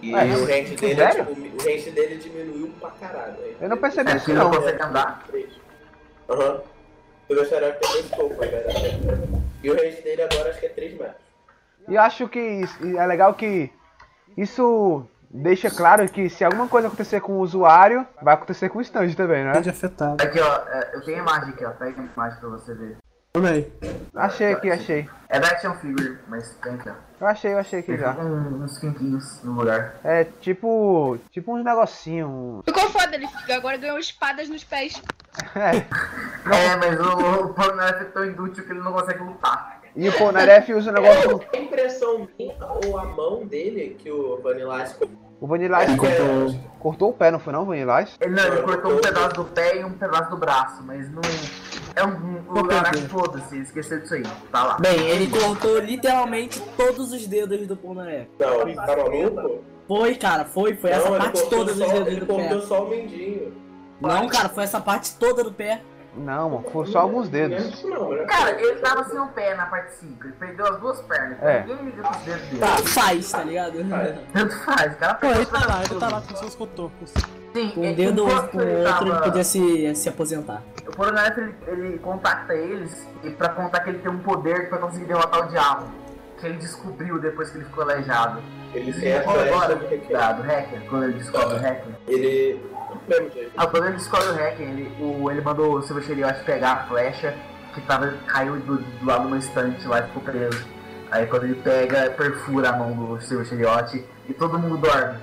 E Ué, o range dele, é, velho? tipo, o range dele diminuiu pra caralho. né? Ele Eu não tem- percebi isso Ele É, não não. consegue andar. Aham. Eu gostaria que ele pouco, na verdade. né? E o range dele agora acho que é 3 metros. E eu acho que isso- e é legal que isso deixa claro que se alguma coisa acontecer com o usuário, vai acontecer com o stand também, né? Grande afetado. Aqui, ó, é, eu tenho a imagem aqui, ó. Pega a imagem pra você ver. Olha aí. Achei aqui, achei. É da Action Figure, mas tem aqui, ó. Eu achei, eu achei aqui Tem já. um- uns pinquinhos no lugar. É tipo. Tipo uns negocinhos. um- Ficou foda, ele agora ganhou espadas nos pés. É. É, mas o, o Palmeiras é tão inútil que ele não consegue lutar. E o Ponaref usa o negócio. A impressão minha ou a mão dele que o Vanilla Ice O Vanilla Ice É, cortou, acho cortou o pé, não foi não, Vanilla Ice? Ele, não, ele cortou um pedaço do pé e um pedaço do braço, mas não. É um, um lugar que foda-se, ele esqueceu disso aí. Tá lá. Bem, ele cortou literalmente todos os dedos do Polnareff. Não, ele tá maluco? Foi, cara, foi, foi essa não, ele parte cortou toda dos só, dedos ele do cortou pé. só o mendinho. Não, cara, foi essa parte toda do pé. Não, mano, foi só alguns dedos. Isso não, né? Cara, ele tava sem o pé na parte 5, ele perdeu as duas pernas. É. Ninguém liga pros dedos dele. Tanto faz, tá ligado? Tanto faz, o cara Pô, perdeu ele as tá lá, pernas ele tá lá todas. com seus cotocos. Sim, Com um ele- dedo enquanto com o ele outro, ele tava- podia se, se aposentar. O Coronel ele, ele contacta eles e pra contar que ele tem um poder pra conseguir derrotar o diabo. Que ele descobriu depois que ele ficou aleijado. Ele Ele tem a descobre floresta agora do que que é. da- do hacker, quando ele descobre o hacker. Ele. Não lembro dele. Ah, quando ele descobre o hacker, ele, o, ele mandou o Silver Sheriote pegar a flecha que tava, caiu do, do lado de uma estante lá e ficou preso. Aí quando ele pega, perfura a mão do Silver Sheriote e todo mundo dorme.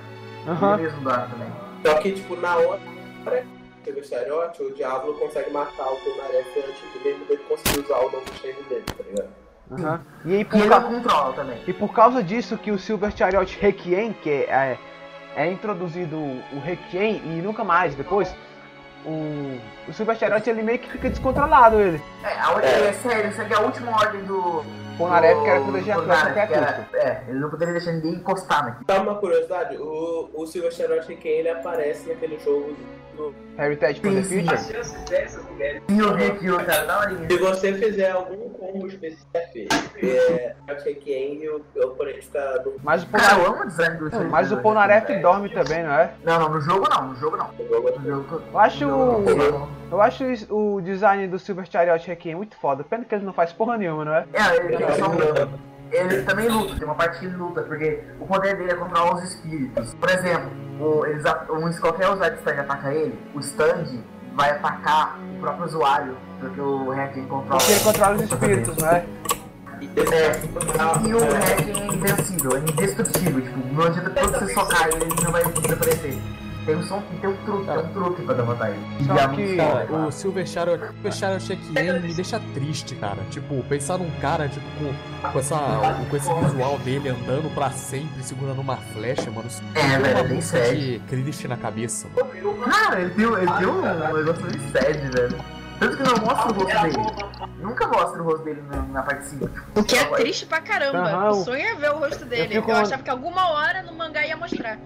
Aham. Ele mesmo dorme também. Só que, tipo, na hora que o Chariote, o Diablo consegue matar o Polnareff antes do mesmo dele conseguir usar o novo cheiro dele, tá ligado? Aham. E aí, E por ele não causa, controla também. e por causa disso que o Silver Chariot Requiem, que é, é introduzido o Requiem e nunca mais depois, o, o Silver Chariot ele meio que fica descontrolado ele. É, a, ordem é sério, isso aqui é a última ordem do, Polnareff quer proteger a Polnareff, classe a que era- qualquer custo. É, ele não poderia deixar ninguém encostar né? naquilo. Tá uma curiosidade, o, o Silver Chariote Requiem, ele aparece naquele jogo do Heritage for the Sim, sim. Future. E eu vi aquilo, cara, da horinha. Se você fizer algum combo específico, é, eu sei que ainda o o oponente fica no Mas o Cara, eu Polnareff, amo o design do jogo. mas o Polnareff dorme também, não é? Não, não, no jogo não, no jogo não. jogo. No jogo... Eu acho, no jogo- eu acho isso- o design do Silver Chariot Requiem muito foda. Pena que ele não faz porra nenhuma, não é? É, ele, ele só luta. Ele também luta, tem uma parte que ele luta, porque o poder dele é controlar os espíritos. Por exemplo, o, eles, a- um, se qualquer usuário de stand ataca ele, o stand vai atacar o próprio usuário, porque o hacker controla. Porque ele controla os espíritos, não é? um, É, e o né? hacker é invencível, é indestrutível, tipo, não adianta quando você socar ele, ele não vai desaparecer. Tem um, som, tem um truque, tem um truque pra derrotar ele. Tá. Só E é muito que foda, Cara, cara. o Silver Shadow, Silver Shadow Check-In me deixa triste, cara. Tipo, pensar num cara, tipo, com, com, essa, com esse visual dele andando pra sempre, segurando uma flecha, mano. Isso É, tem velho, uma é bem música sério. de Christ na cabeça. é Cara, ele deu, ele deu Ah, tá. um negócio de sede, velho. Tanto que não mostra o rosto dele. Nunca mostra o rosto dele na, na parte Tipo, 5. Ah, tá O que é triste pra caramba. Aham. O sonho é ver o rosto dele. Eu Eu, fico- achava que alguma hora no mangá ia mostrar.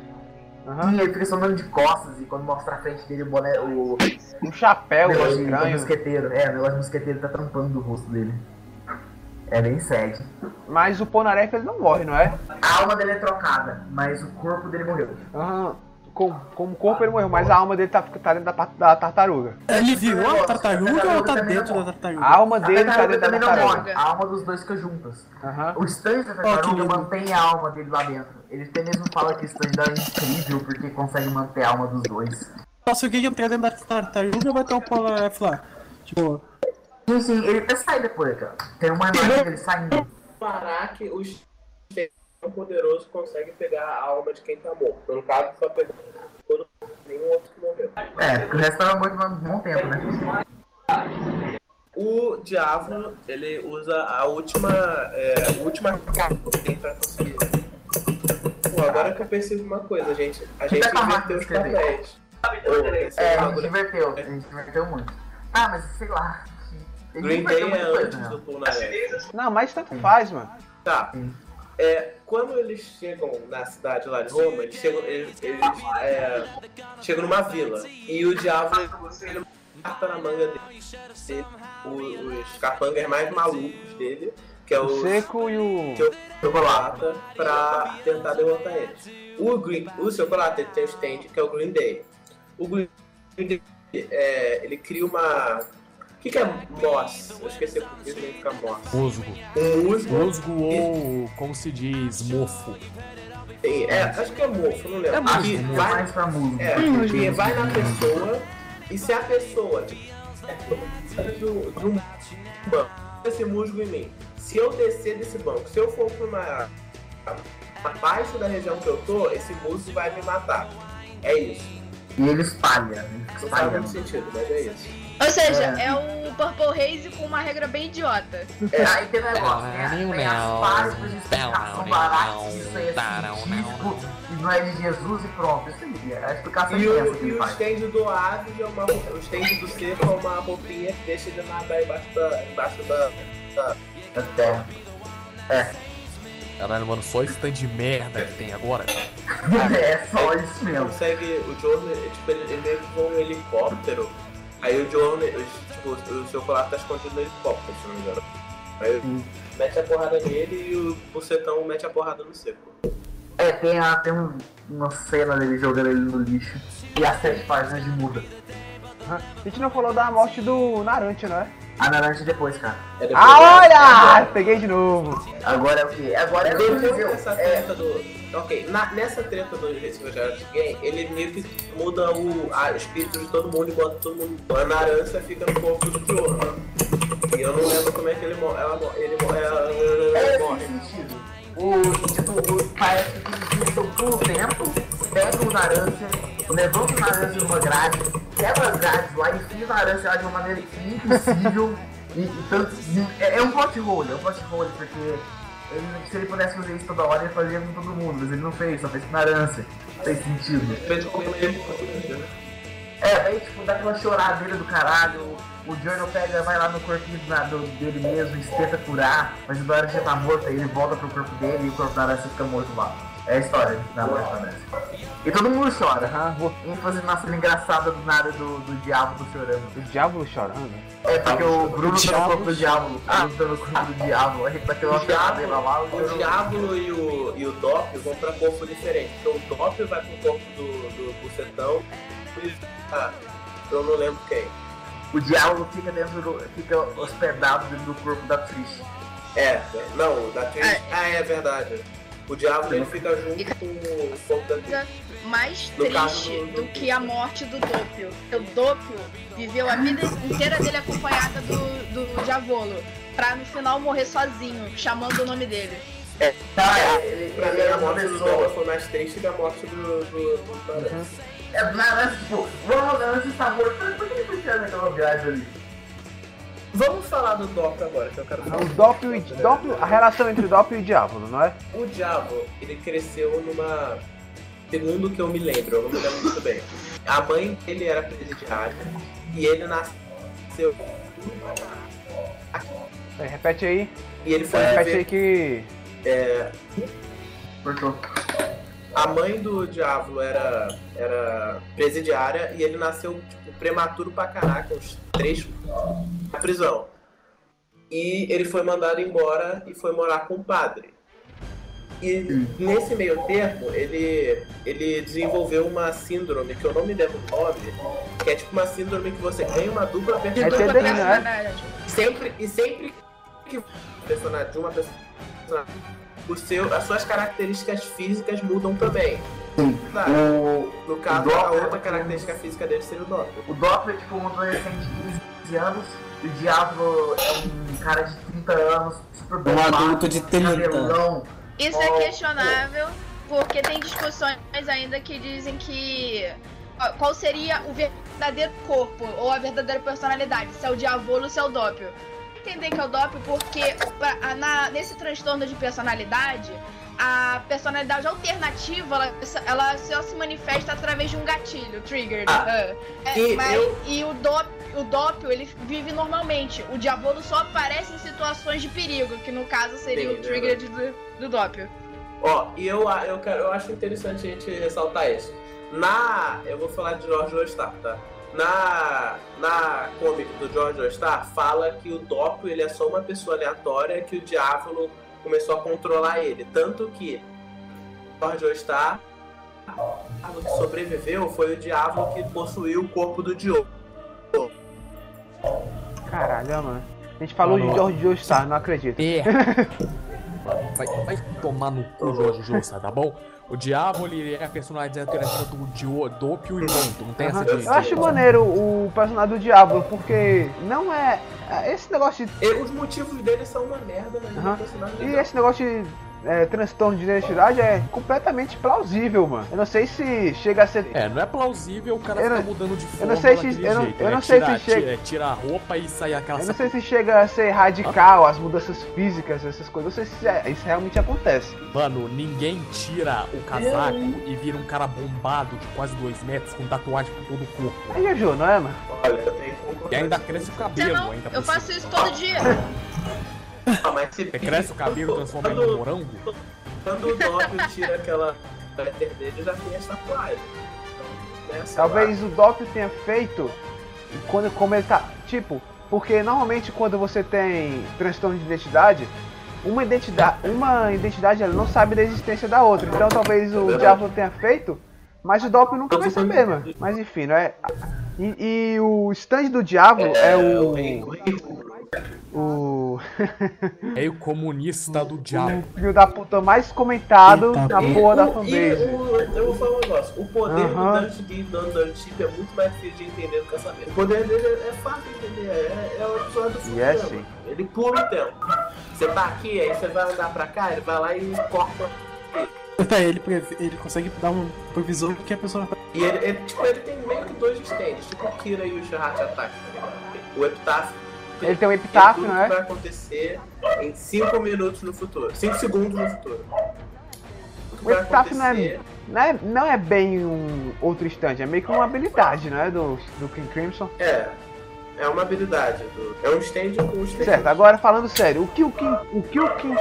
Aham. E ele fica só andando de costas e quando mostra a frente dele, o boné. O, Um chapéu negócio de- do estranho. mosqueteiro. É, o negócio de mosqueteiro tá tampando o rosto dele. É bem sede. Mas o Polnareff ele não morre, não é? A alma dele é trocada, mas o corpo dele morreu. Aham. Com, com o corpo ele morreu, mas a alma dele tá, tá dentro da, pa- da tartaruga. Ele virou a tartaruga ou tá Também não dentro da A tartaruga? alma A dele tá tartaruga dentro da também não tartaruga. morre. A alma dos dois fica juntas. Aham. O Stan da que tartaruga lindo. é mantém a alma dele lá dentro. Ele até mesmo fala que o Stan é incrível porque consegue manter a alma dos dois. Só se alguém entrar dentro da tartaruga, vai ter um Polnareff lá. Tipo, Sim, sim, assim, ele até sai depois, cara. Tem uma imagem dele saindo. é, Parar que o Estão poderoso consegue pegar a alma de quem tá morto. No caso, só pegou todo nenhum outro que morreu. É, porque o resto tava morto há um bom tempo, né? O Diablo, ele usa a última. É, a última carta que tem pra conseguir. Pô, agora que eu percebi uma coisa, gente. A gente tá com a inverteu os máquina de papéis. É, a gente diverteu, a gente diverteu muito. Ah, mas sei lá. Ele Green Day diverteu é muita coisa, antes do né? Polnareff. Não, mas tanto faz, mano. Tá. Sim. É, quando eles chegam na cidade lá de Roma, eles chegam, eles, eles, é, chegam numa vila. E o diabo ele mata na manga dele, dele o- os capangas mais malucos dele, que é O o seco e o. chocolate, pra tentar derrotar eles. O, Green, o chocolate ele tem um stand que é o Green Day. O Green Day é, ele cria uma. O que, que é Moss? Eu esqueci o que significa Moss. Osgo. Um músico Osgo ou, como se diz, mofo. Tem- É, acho que é mofo, não lembro. É mofo, Que mofo. Hum, vai, Mais pra música. é, que vai na pessoa e se a pessoa tipo, é, de um, de um banco, esse musgo em mim, se eu descer desse banco, se eu for pra uma. abaixo da região que eu tô, esse musgo vai me matar. É isso. E ele espalha. ele Não faz espalha. muito sentido, mas é isso. Ou seja, é, o Purple Haze com uma regra bem idiota. É, aí tem negócio, né? Tem as pares de explicação barata, isso aí é científico, e não é de Jesus e pronto. Isso aí, é a explicação E intensa o, que e ele o faz. stand do ave é uma. O stand do seco é uma roupinha que deixa É, ele nadar embaixo da. embaixo da. Da terra. Caralho, mano, só esse tanto de merda que tem agora. É só isso Ele mesmo. consegue, o Jorno, é, tipo, ele, ele meio que voa um helicóptero. Aí o Jorno, os- tipo, o seu colar tá escondido no helicóptero, se não me engano. Aí mete a porrada nele e o bucetão mete a porrada no seco. É, tem, a, tem um- uma cena dele jogando ele no lixo. E as sete páginas né, de muda. A gente não falou da morte do Narante, não é? A naranja depois, cara. É depois- Ah, olha! Peguei de novo. Agora é o quê? Agora é o Depois nível. dessa É, treta do. Ok, na- nessa treta do Reciclagem de Game, ele meio que muda o a- o espírito de todo mundo e bota todo mundo. A Narança fica no corpo do Jorno. E eu não lembro como é que ele morre. Ela morre. Ele morre. Ela, é ela morre. esse sentido. O, tipo, o, parece que eles ficam todo o tempo, pega o naranja, levanta o naranja numa grade, quebra as grades lá, enfia o naranja lá de uma maneira impossível. e, e tanto, e- é, é um plot hole, é um plot hole, porque ele- se ele pudesse fazer isso toda hora, ele fazia com todo mundo, mas ele não fez, só fez com naranja. Não fez sentido. Fez o clima dele. É, aí tipo, dá aquela choradeira do caralho, o, o Journal pega, vai lá no corpinho do, na- do- dele mesmo, e tenta curar, mas o Dora já tá morto, aí ele volta pro corpo dele e o corpo da Aranha fica morto lá. É a história da morte da Aranha. E todo mundo chora. Ah, vou... ênfase na cena engraçada do nada do, do diabo chorando. O diabo chorando. É, porque o Bruno tá no corpo do diabo. Ah, tá no corpo do diabo. Aí tá aquela O diabo, choradeira lá, o o Journal... diabo e o, e o Dop vão pra corpo diferente. Então o Dop vai pro corpo do, do Bucetão e. Ah, eu não lembro quem. O diabo fica dentro do, fica hospedado dentro do corpo da Trish. É, não, o da Tris. Ah, é verdade. O diabo ele fica junto com o corpo da Tris. mais No caso triste do- do que a morte do Dopio. O Dopio viveu a vida inteira dele acompanhada do, do Javolo, pra no final morrer sozinho, chamando o nome dele. Tá, ele, Pra mim, ele é a uma morte do pessoa. Dop foi mais triste que a morte do. do, do Tarantino. Uhum. É, mas, tipo, vamos lá, antes tá morto. Por que ele precisa daquela viagem ali? Vamos falar do Dop agora, que eu quero falar. O do Dop e o Dop, Di- né? Dop- a relação entre o Dop e o Diabo, não é? O diabo, ele cresceu numa. Segundo o que eu me lembro, eu não me lembro muito bem. A mãe dele era presidiária e ele nasceu. É, repete aí. E ele foi Repete aí viver- que. Cortou. A mãe do diabo era, era presidiária e ele nasceu tipo, prematuro pra caraca, uns três na prisão. E ele foi mandado embora e foi morar com o padre. E nesse meio tempo, ele, ele desenvolveu uma síndrome, que eu não me lembro o nome, que é tipo uma síndrome que você ganha uma dupla De É personalidade. dupla TDI, né? personalidade. Sempre, e sempre que o personagem de uma pessoa, o seu, as suas características físicas mudam também. Tá. O, No caso, Dó- a outra característica física dele seria o Doppler. o Doppler é tipo um adolescente de 15 anos. O Diabo é um cara de 30 anos, super Um bombado, adulto de 30. cabelão. Isso Oh, é questionável, porque tem discussões ainda que dizem que ó, qual seria o verdadeiro corpo ou a verdadeira personalidade, se é o diavolo ou se é o dópio. Entender que é o dópio porque pra- a- na- nesse transtorno de personalidade, a personalidade alternativa ela, ela só se manifesta através de um gatilho, trigger. Ah, né? É, e mas- eu- e o dópio. O dópio, ele vive normalmente. O diabolo só aparece em situações de perigo, que no caso seria Sim, o trigger do, do dópio. Ó, e eu, a- eu, quero, eu acho interessante a gente ressaltar isso. Na. Eu vou falar de George Ostar, tá? Na, na comic do George Ostar, fala que o Doppler ele é só uma pessoa aleatória que o Diávolo começou a controlar ele. Tanto que George Ostar, o que sobreviveu foi o Diávolo que possuiu o corpo do Diogo. Caralho, mano. A gente falou Tá de George Joestar, não acredito. É. Vai, vai tomar no cu, Jorge Jussa, tá bom? O diabo, ele é a personalidade alternativa do Diodopio e ponto. Não tem essa de... Eu acho maneiro o personagem do Diabo, porque não é. é, Esse negócio de. E os motivos dele são uma merda, mas Aham. não acontece nada. E esse negócio de. é, transtorno de identidade é completamente plausível, mano. Eu não sei se chega a ser. É, não é plausível o cara Eu não- ficar mudando de forma eu não sei se- daquele eu não- jeito, eu né? não sei se Tira- chega- tira- tira a roupa e sai aquela... Eu não sei se chega a ser radical, as mudanças físicas, essas coisas. Eu não sei se é- isso realmente acontece. Mano, ninguém tira o casaco e vira um cara bombado de quase dois metros com tatuagem por todo o corpo. É Jojo, não é, mano? Olha, eu tenho que concordar. E ainda cresce o Você cabelo, não, ainda eu por cima. faço isso todo dia. Ah, mas se- Você cresce o cabelo e transforma ele Quando- num morango? Quando o Doppio tira aquela letter dele, já tem essa tatuagem. Então, né, sei lá. Talvez o Doppio tenha feito quando como ele tá. Tipo, porque normalmente quando você tem transtorno de identidade, uma identidade, uma identidade ela não sabe da existência da outra. Então talvez o diabo tenha feito, mas o Doppio nunca vai saber, mano. Mas enfim, não é. E, e o stand do diabo é o. O. É o comunista do diabo. filho da puta mais comentado Eita, na porra da O- E fanbase. o, eu vou falar um negócio. O poder Aham. do Dante Game do Dante Chip é muito mais difícil de entender do que eu saber. O poder dele é, é fácil de entender. É, é o episódio do E é Futurama. sim. Ele pula o tempo. Você tá aqui, aí você vai andar pra cá, ele vai lá e corta. Tá, ele, previ- ele consegue dar um provisor que a pessoa vai E ele, ele, tipo, ele tem meio que dois stands, tipo o Kira e o Shirahachi Attack, tá ligado? O Epitáfio. Ele tem um tem epitáfio, tudo né? que vai acontecer em 5 minutos no futuro. 5 segundos no futuro. Tudo que O vai epitáfio não é- acontecer- Não é, não é bem um outro stand, é meio que uma habilidade, né? Do, do King Crimson. É. É uma habilidade. do- É um stand com um stand. Certo, agora falando sério, o que o King. O que o King.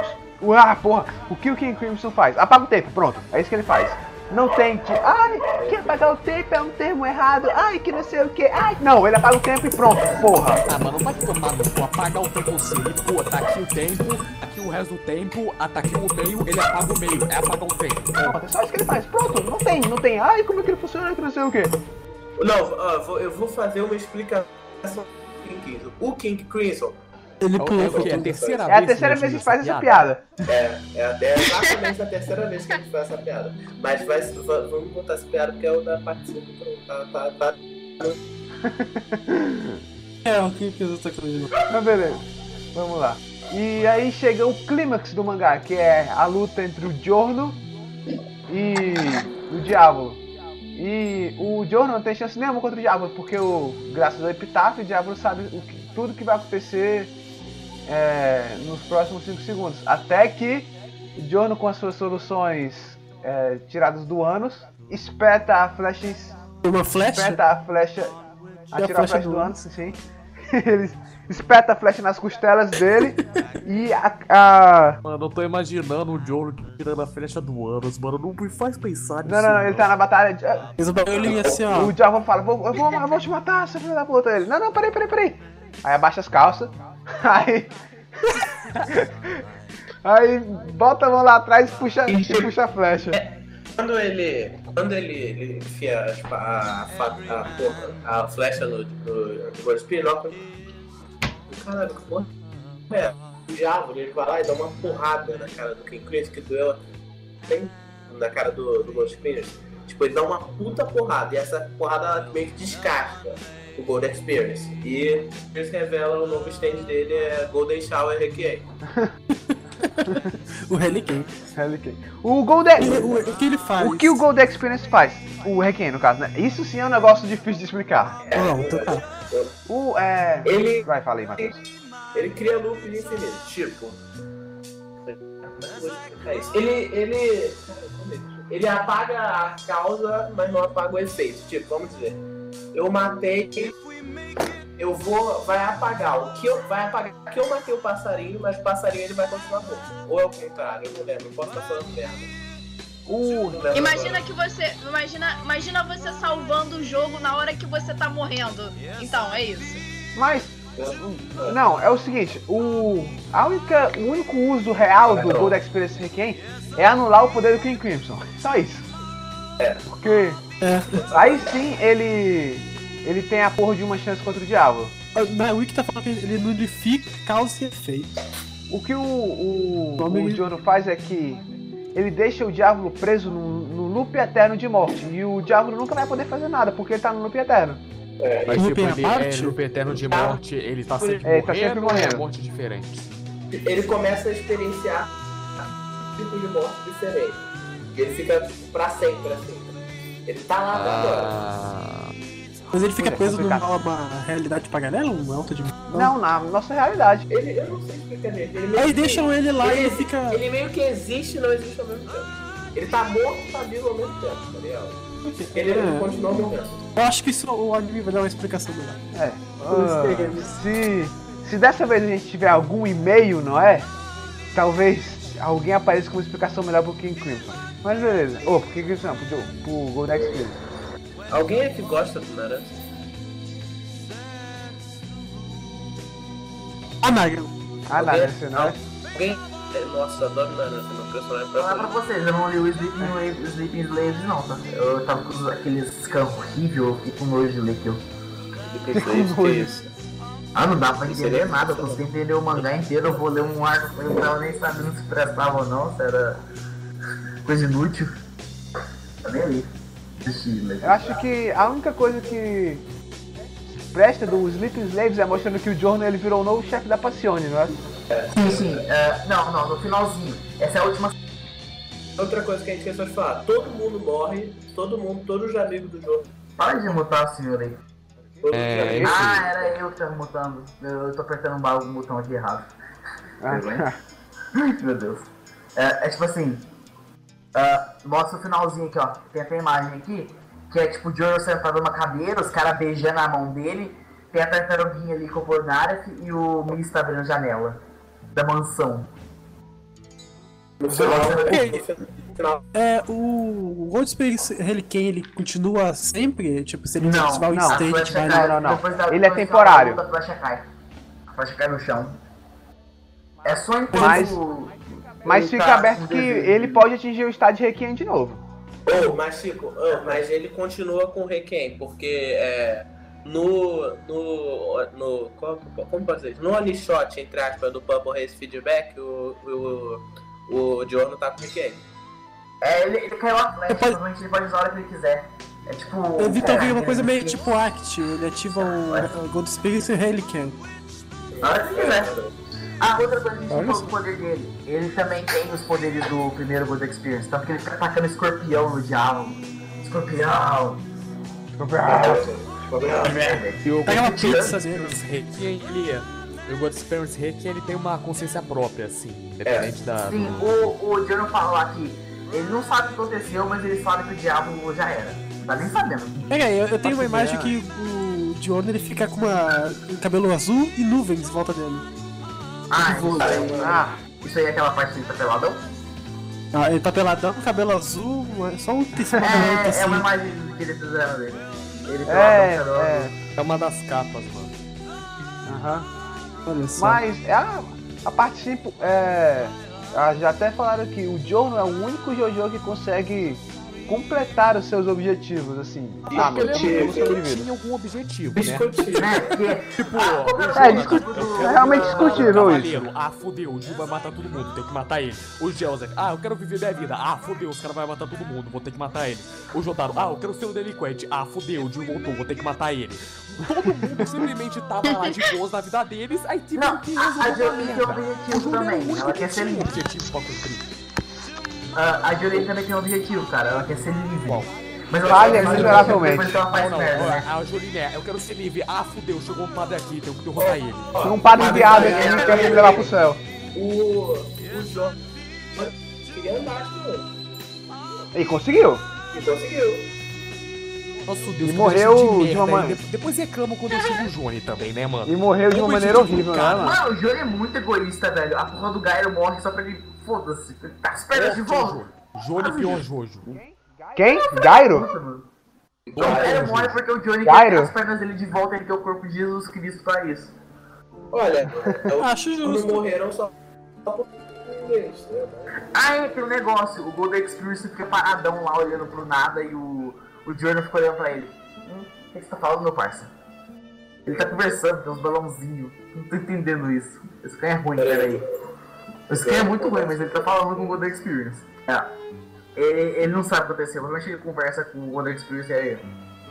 Ah, porra! O que o King Crimson faz? Apaga o tempo, pronto. É isso que ele faz. Não tem que. Ai, que apagar o tempo é um termo errado. Ai, que não sei o que. Ai, não, ele apaga o tempo e pronto, porra. Ah, mano, vai tomar no cu, apagar o tempo assim. E, Pô, tá aqui o tempo, aqui o resto do tempo, ah, tá aqui o meio, ele apaga o meio, é apagar o tempo. Pronto, é só isso que ele faz. Pronto, não tem, não tem. Ai, como é que ele funciona, que não sei o que. Não, ó, vou- eu vou fazer uma explicação do King Crimson. O King Crimson Ele É o- pulou é o quê? É a terceira É a vez terceira vez que a gente faz essa piada. é, é, é exatamente a terceira vez que a gente faz essa piada. Mas vai, va- vamos botar essa piada porque é o da parte 5. então Tá, tá, tá. É, o que fez essa coisa de novo. Mas beleza, vamos lá. E aí chega o clímax do mangá, que é a luta entre o Giorno e o Diabo. E o Giorno não tem chance nenhuma contra o Diabo, porque o, graças ao Epitáfio, o Diabo sabe o que- tudo que vai acontecer é, nos próximos 5 segundos. Até que o Giorno, com as suas soluções é, tiradas do ânus, espeta a flecha em Uma flecha? espeta a flecha. Tira a Atira a flecha flecha do do ano, ânus. sim. Ele espeta a flecha nas costelas dele e a. a- Mano, eu tô imaginando o Joro tirando a flecha do Anos, mano. Não me faz pensar nisso. Não, não, não, ele tá na batalha. de- ah, Fez um barulhinho assim, ó. O Diabo fala: vou, eu, vou, eu vou te matar, seu filho da puta. Ele: Não, não, peraí, peraí, peraí. Aí abaixa as calças. Aí. Aí bota a mão lá atrás e puxa, e puxa a flecha. Quando ele. Quando ele, ele enfia a, espa- a, fa- a, porra- a flecha no, no, no espinóculo. um Caralho, que porra. É, o diabo, ele vai lá e dá uma porrada na cara do King Crimson, que doeu bem na cara do, do Ghost Crimson. Tipo, ele dá uma puta porrada, e essa porrada ela meio que descarta o Golden Experience. E eles revelam o novo stand dele é Golden Shower Requiem. O Reliquim. O Golden. O, o que ele faz? O que o Golden Experience faz? O Requiem, no caso, né? Isso sim é um negócio difícil de explicar. Não, tá, tá. O. É. Ele Vai, fala aí, Matheus. Ele cria loops infinitos, tipo. É isso. Ele, ele. Ele apaga a causa, mas não apaga o efeito. Tipo, vamos dizer. Eu matei. Eu vou. Vai apagar o que eu. Vai apagar que eu matei o passarinho, mas o passarinho ele vai continuar morto. Ou é o contrário, eu não lembro, eu posso estar falando merda. O. Não lembro Imagina agora. que você. Imagina, imagina você salvando o jogo na hora que você tá morrendo. Então, é isso. Mas Não, é o seguinte, o, a única, o único uso real do Gold Experience Requiem é anular o poder do King Crimson. Só isso. É. Porque É. aí sim ele ele tem a porra de uma chance contra o diabo. Na Wiki tá falando que ele nulifica causa e efeito. O que o, o, Tome- o Jono faz é que ele deixa o diabo preso num, num loop eterno de morte. E o diabo nunca vai poder fazer nada, porque ele tá no loop eterno. Mas, O tipo, Lupin ele Aparte? é Lupin Eterno de Morte, ele tá sempre Ele morrendo, tá sempre é morrendo. morte diferente. ele começa a experienciar tipos de morte diferente. E ele fica pra sempre assim. Ele tá lá agora. Ah, Mas ele fica Olha, é preso numa complicado. uma realidade paralela, um alto de. Não, na nossa realidade. Ele, eu não sei explicar ele. ele meio Aí que- deixam ele lá e ele fica. Ele meio que existe e não existe ao mesmo tempo. Ele tá morto e tá vivo ao mesmo tempo, tá ligado? Ele É. continua morrendo. Eu acho que isso o anime vai dar uma explicação melhor. É. Ah, É. se, Se dessa vez a gente tiver algum e-mail, não é? Talvez alguém apareça com uma explicação melhor pro King Crimson. Mas beleza. Ô, pro King Crimson, não, pro, Joe- pro Goldex Crimson. Alguém aqui gosta do Naruto? Ah, Nagra. Tá Ah, nada, Alguém- senão. Alguém. É, Nossa, eu adoro Naruto, meu personagem Vou falar pra favorito. vocês, eu não li o Sleeping, Waves, Sleeping Slaves não, tá? Eu tava com os- aqueles scans horríveis, eu fiquei com nojo de ler aquilo. Que é isso? Ah, não dá pra entender nada, eu consegui entender o mangá inteiro, eu vou ler um arco, eu não tava nem sabendo se prestava ou não, se era coisa inútil. Eu nem li. Desisti, mas- Eu acho que a única coisa que presta do Sleeping Slaves é mostrando que o Jordan ele virou o novo chefe da Passione, não é? Sim, sim, é, não, não, no finalzinho. Essa é a última Outra coisa que a gente esqueceu de falar: todo mundo morre, todo mundo, todos os amigos do jogo. Para de mutar o senhor aí. Todos É, os amigos. Esse- Ah, era eu que tava mutando. Eu, eu tô apertando um ba- um botão aqui errado. Ah, Meu Deus. É, é tipo assim. ah, mostra o finalzinho aqui, ó. Tem até a imagem aqui. Que é tipo o Joro sentado numa cadeira, os caras beijando a mão dele. Tem a tartaruguinha ali com o Bornarek e o Miss tá abrindo a janela da mansão. No final, Ok. no final- no final, É, o Gold Space Reliquem, ele continua sempre? Tipo, se ele ativar o a instant, flecha vai... cai. Não, é não, não. Depois da- Ele é depois da temporário. luta, A flecha cai. A flecha cai no chão. É só enquanto. Mas- o- Mas ele fica tá aberto com que desejo. ele pode atingir o estado de Requiem de novo. Oh, mas Chico, oh, mas ele continua com o Requiem, porque é, no. no. no. Qual, qual- como posso dizer? No one shot, entre aspas, do Purple Race Feedback, o. o. o Diorno tá com o Requiem. É, ele, ele caiu a flecha, Depois- provavelmente ele pode usar a hora que ele quiser. É tipo. Eu vi Então, também é, uma coisa meio é, tipo Act, ele ativa É. o, o Gold Space Reliquem. Na hora que ele quiser. Ah, outra coisa que a gente falou do poder dele. Ele também tem os poderes do primeiro Good Experience, tanto que ele fica atacando escorpião no diabo. Escorpião! Merda. E o Pega uma Tirando- pizza assim, dele. Requiem, ele. é. Eu gosto de Experience Requiem, ele tem uma consciência própria, assim. É. Independente da. Sim, do- o, o Jano falou aqui. Ele não sabe o que aconteceu, mas ele sabe que o diabo já era. Não tá nem sabendo. Pega aí, É, eu, eu tenho uma imagem que o Diorno ele fica com uma, um cabelo azul e nuvens em volta dele. Ah, voo, isso aí, ah, isso aí é aquela parte que ele tá peladão? Ah, ele tá peladão, cabelo azul, só um tecido branco É, é uma assim. imagem que eles fizeram dele. Ele É, peladão, peladão. é. É uma das capas, mano. Aham. Olha só. Mas é a, a parte tipo, é, ah, já até falaram que o Jorno é o único Jojo que consegue completar os seus objetivos, assim. Ah, meu Deus, Ele tinha algum objetivo, né? Biscoitinho. Né? Porque Tipo, É, discu- é realmente discutível isso. Cavaleiro, ah, fodeu, o Gil vai matar todo mundo, tem que matar ele. O Gelzek, ah, eu quero viver minha vida, ah, fodeu, os caras vão matar todo mundo, vou ter que matar ele. O Jotaro, ah, eu quero ser um delinquente, ah, fodeu, o Gil voltou, vou ter que matar ele. Todo mundo simplesmente tava lá de boas na vida deles, aí tipo, Não, que a- a resolveu Jolene uma tem um merda. objetivo O Jotaro é o também, único ela que quer ser tinha um livre. objetivo pra cumprir. Ah, a Jolene também tem um objetivo, cara. Ela quer ser livre. Mas ela Falha quer ser livre, miseravelmente. depois ela Não, faz não, merda, né? ó, a Jolene é, eu quero ser livre, ah, fodeu, chegou um padre aqui, tenho que É. derrotar ele. Um padre enviado aqui que quer me levar pro céu. O. o é Jorno. Queria andar, mano. né? E conseguiu. E conseguiu. Nossa, Deus, E que morreu destino de uma merda, man- hein? De- Depois reclamam quando eu chego o Johnny também, né, mano? E morreu de uma maneira horrível, né, mano? Mano, o Jolene é muito egoísta, velho. A porra do Gairo morre só pra ele. Foda-se. Ele Tá as pernas É, tipo, de volta. Johnny pior Jojo. Quem? Gairo? Puta, mano. O Gairo, Gairo Júlio. morre porque o Johnny Gairo? quer as pernas dele de volta, ele quer o corpo de Jesus Cristo pra isso. Olha, Acho não justo. morreram só. só por inglês, né? Ah, é aquele negócio. O Golden Experience fica paradão lá olhando pro nada e o, o Johnny fica olhando pra ele. Hum, o que você tá falando, meu parça? Ele tá conversando, tem uns balãozinhos. Não tô entendendo isso. Esse cara é ruim, peraí. Esse cara é muito ruim, mas ele tá falando com o Golden Experience. É. Ele, ele não sabe o que aconteceu, mas ele conversa com o Golden Experience e aí.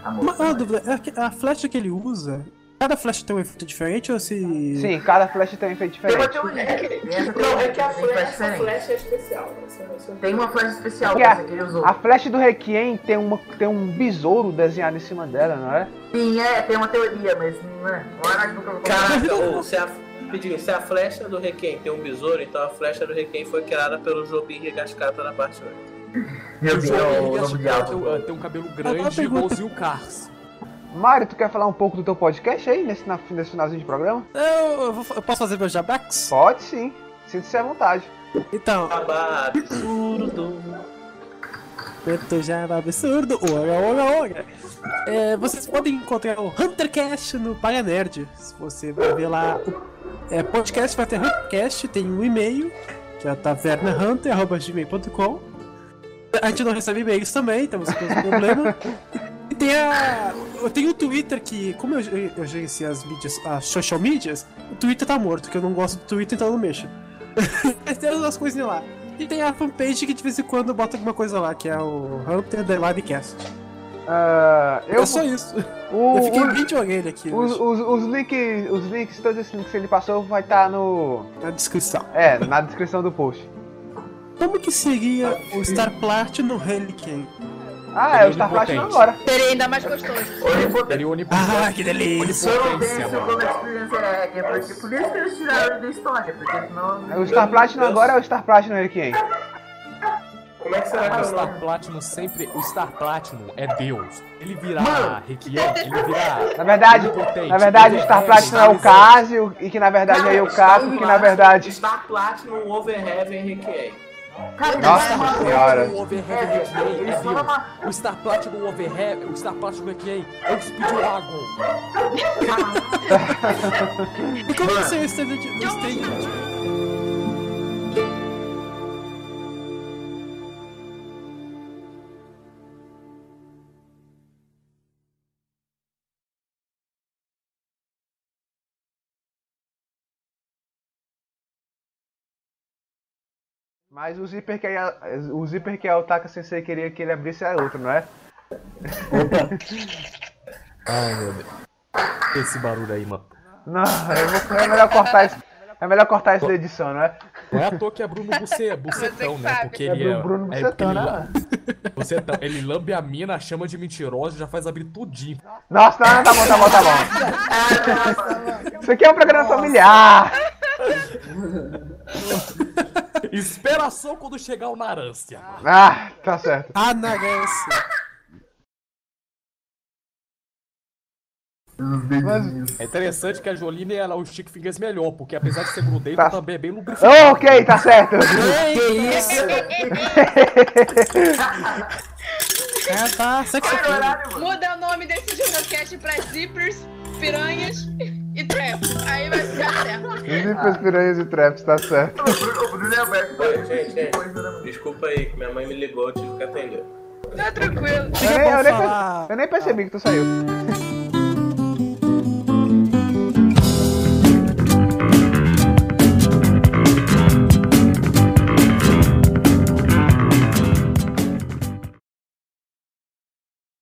Amor. Uma, uma dúvida, é que a flecha que ele usa, cada flecha tem um efeito diferente ou se... Sim, cada flash tem um efeito Tem uma diferente. teoria. Tem essa teoria, Não, é que a tem flecha, essa diferente. flecha é especial. Essa- essa- Tem uma flash especial, Porque que essa que ele usou. A flecha do Requiem tem, uma, tem um besouro desenhado em cima dela, não é? Sim, é, tem uma teoria, mas não é. Olha que eu Caraca, ô, se, a, rapidinho, se a flecha do Requiem tem um besouro, então a flecha do Requiem foi criada pelo Jobim Regascata na parte um. 8. Meu Deus, Johnny, o ele nome acha que ela diabo. tem, um- tem um cabelo grande pergunta. igualzinho o Cars. Mário, tu quer falar um pouco do teu podcast aí, nesse, na, nesse finalzinho de programa? Eu, eu vou- eu posso fazer meu jabex? Pode sim, sinta-se à vontade. Então, Acabar. Quanto já era absurdo, olha, olha, olha. É, vocês podem encontrar o Huntercast no Palha Nerd. Se você vai ver lá, é, podcast vai ter Huntercast, tem um e-mail, que é tavernahunter.gmail.com. A gente não recebe e-mails também, temos esse problema. E tem a. Eu tenho o Twitter que, como eu, ge- eu gerencio as mídias, as social medias, o Twitter tá morto, que eu não gosto do Twitter, então eu não mexo. Mas tem as coisinhas lá. E tem a fanpage que de vez em quando bota alguma coisa lá, que é o Hunter The Livecast. Ah, eu, É só isso. o- eu fiquei o- bem de orelha aqui os, hoje, os, os links, os links, todos esses links que ele passou vai estar no. na descrição. É, na descrição do post. Como que seria o Star Plat no Helican? Ah, é, eu Ele estar flashando potente. agora. Seria ainda mais gostoso. Ele é onipotente. Ah, que delícia! Eu não Potência, penso mano. como a experiência é, é porque por isso que eles tiraram ele da história, porque senão. O Star Platinum agora é o Star Platinum ele quem? Como é que será que é O o nome? Star Platinum sempre. O Star Platinum é Deus. Ele virá Mano. Requiem, ele virá. Na verdade, onipotente. na verdade o Ele Star é Platinum é o estabilizado. Casio, e que na verdade é o Caco, que na verdade. Star Platinum Over Heaven Requiem. Nossa senhora. O Overhead Requiem é Deus. O Star Platinum Overhead. O Star Platinum Requiem é o Speedwagon. E como que seria o stand de. o stand de- Mas o zíper que é, o zíper que é o Taka Sensei queria que ele abrisse é outro, não é? Ai, meu Deus. Esse barulho aí, mano. Não, eu vou- é melhor cortar isso. É melhor cortar isso da edição, não é? Não é à toa que é Bruno Buce, Bucetão, que né? sabe. Porque É ele do é. Bruno é, Bucetão, ele né? lam- Bucetão. Ele lambe a mina, chama de mentirosa e já faz abrir tudinho. Nossa, não, não, tá bom, tá bom, tá bom. Isso aqui é um programa familiar. Espera só quando chegar o Narância. mano. Ah, tá certo. Ah, na Grécia. É interessante que a Jolene ela é o Chico Fingers melhor, porque apesar de ser grudento, Tá. também é bem lubrificado. Ok, tá certo. É, tá, sexo Muda o nome desse Junocast pra Zippers, Piranhas e Trap. Aí vai ficar certo. Zíper, piranhas e traps, tá certo. O Bruno é aberto. Oi, gente, né, gente. Desculpa aí, que minha mãe me ligou, eu tive que atender. Tá tranquilo. É, Eu nem, eu nem perce- falar. eu nem percebi que tu saiu.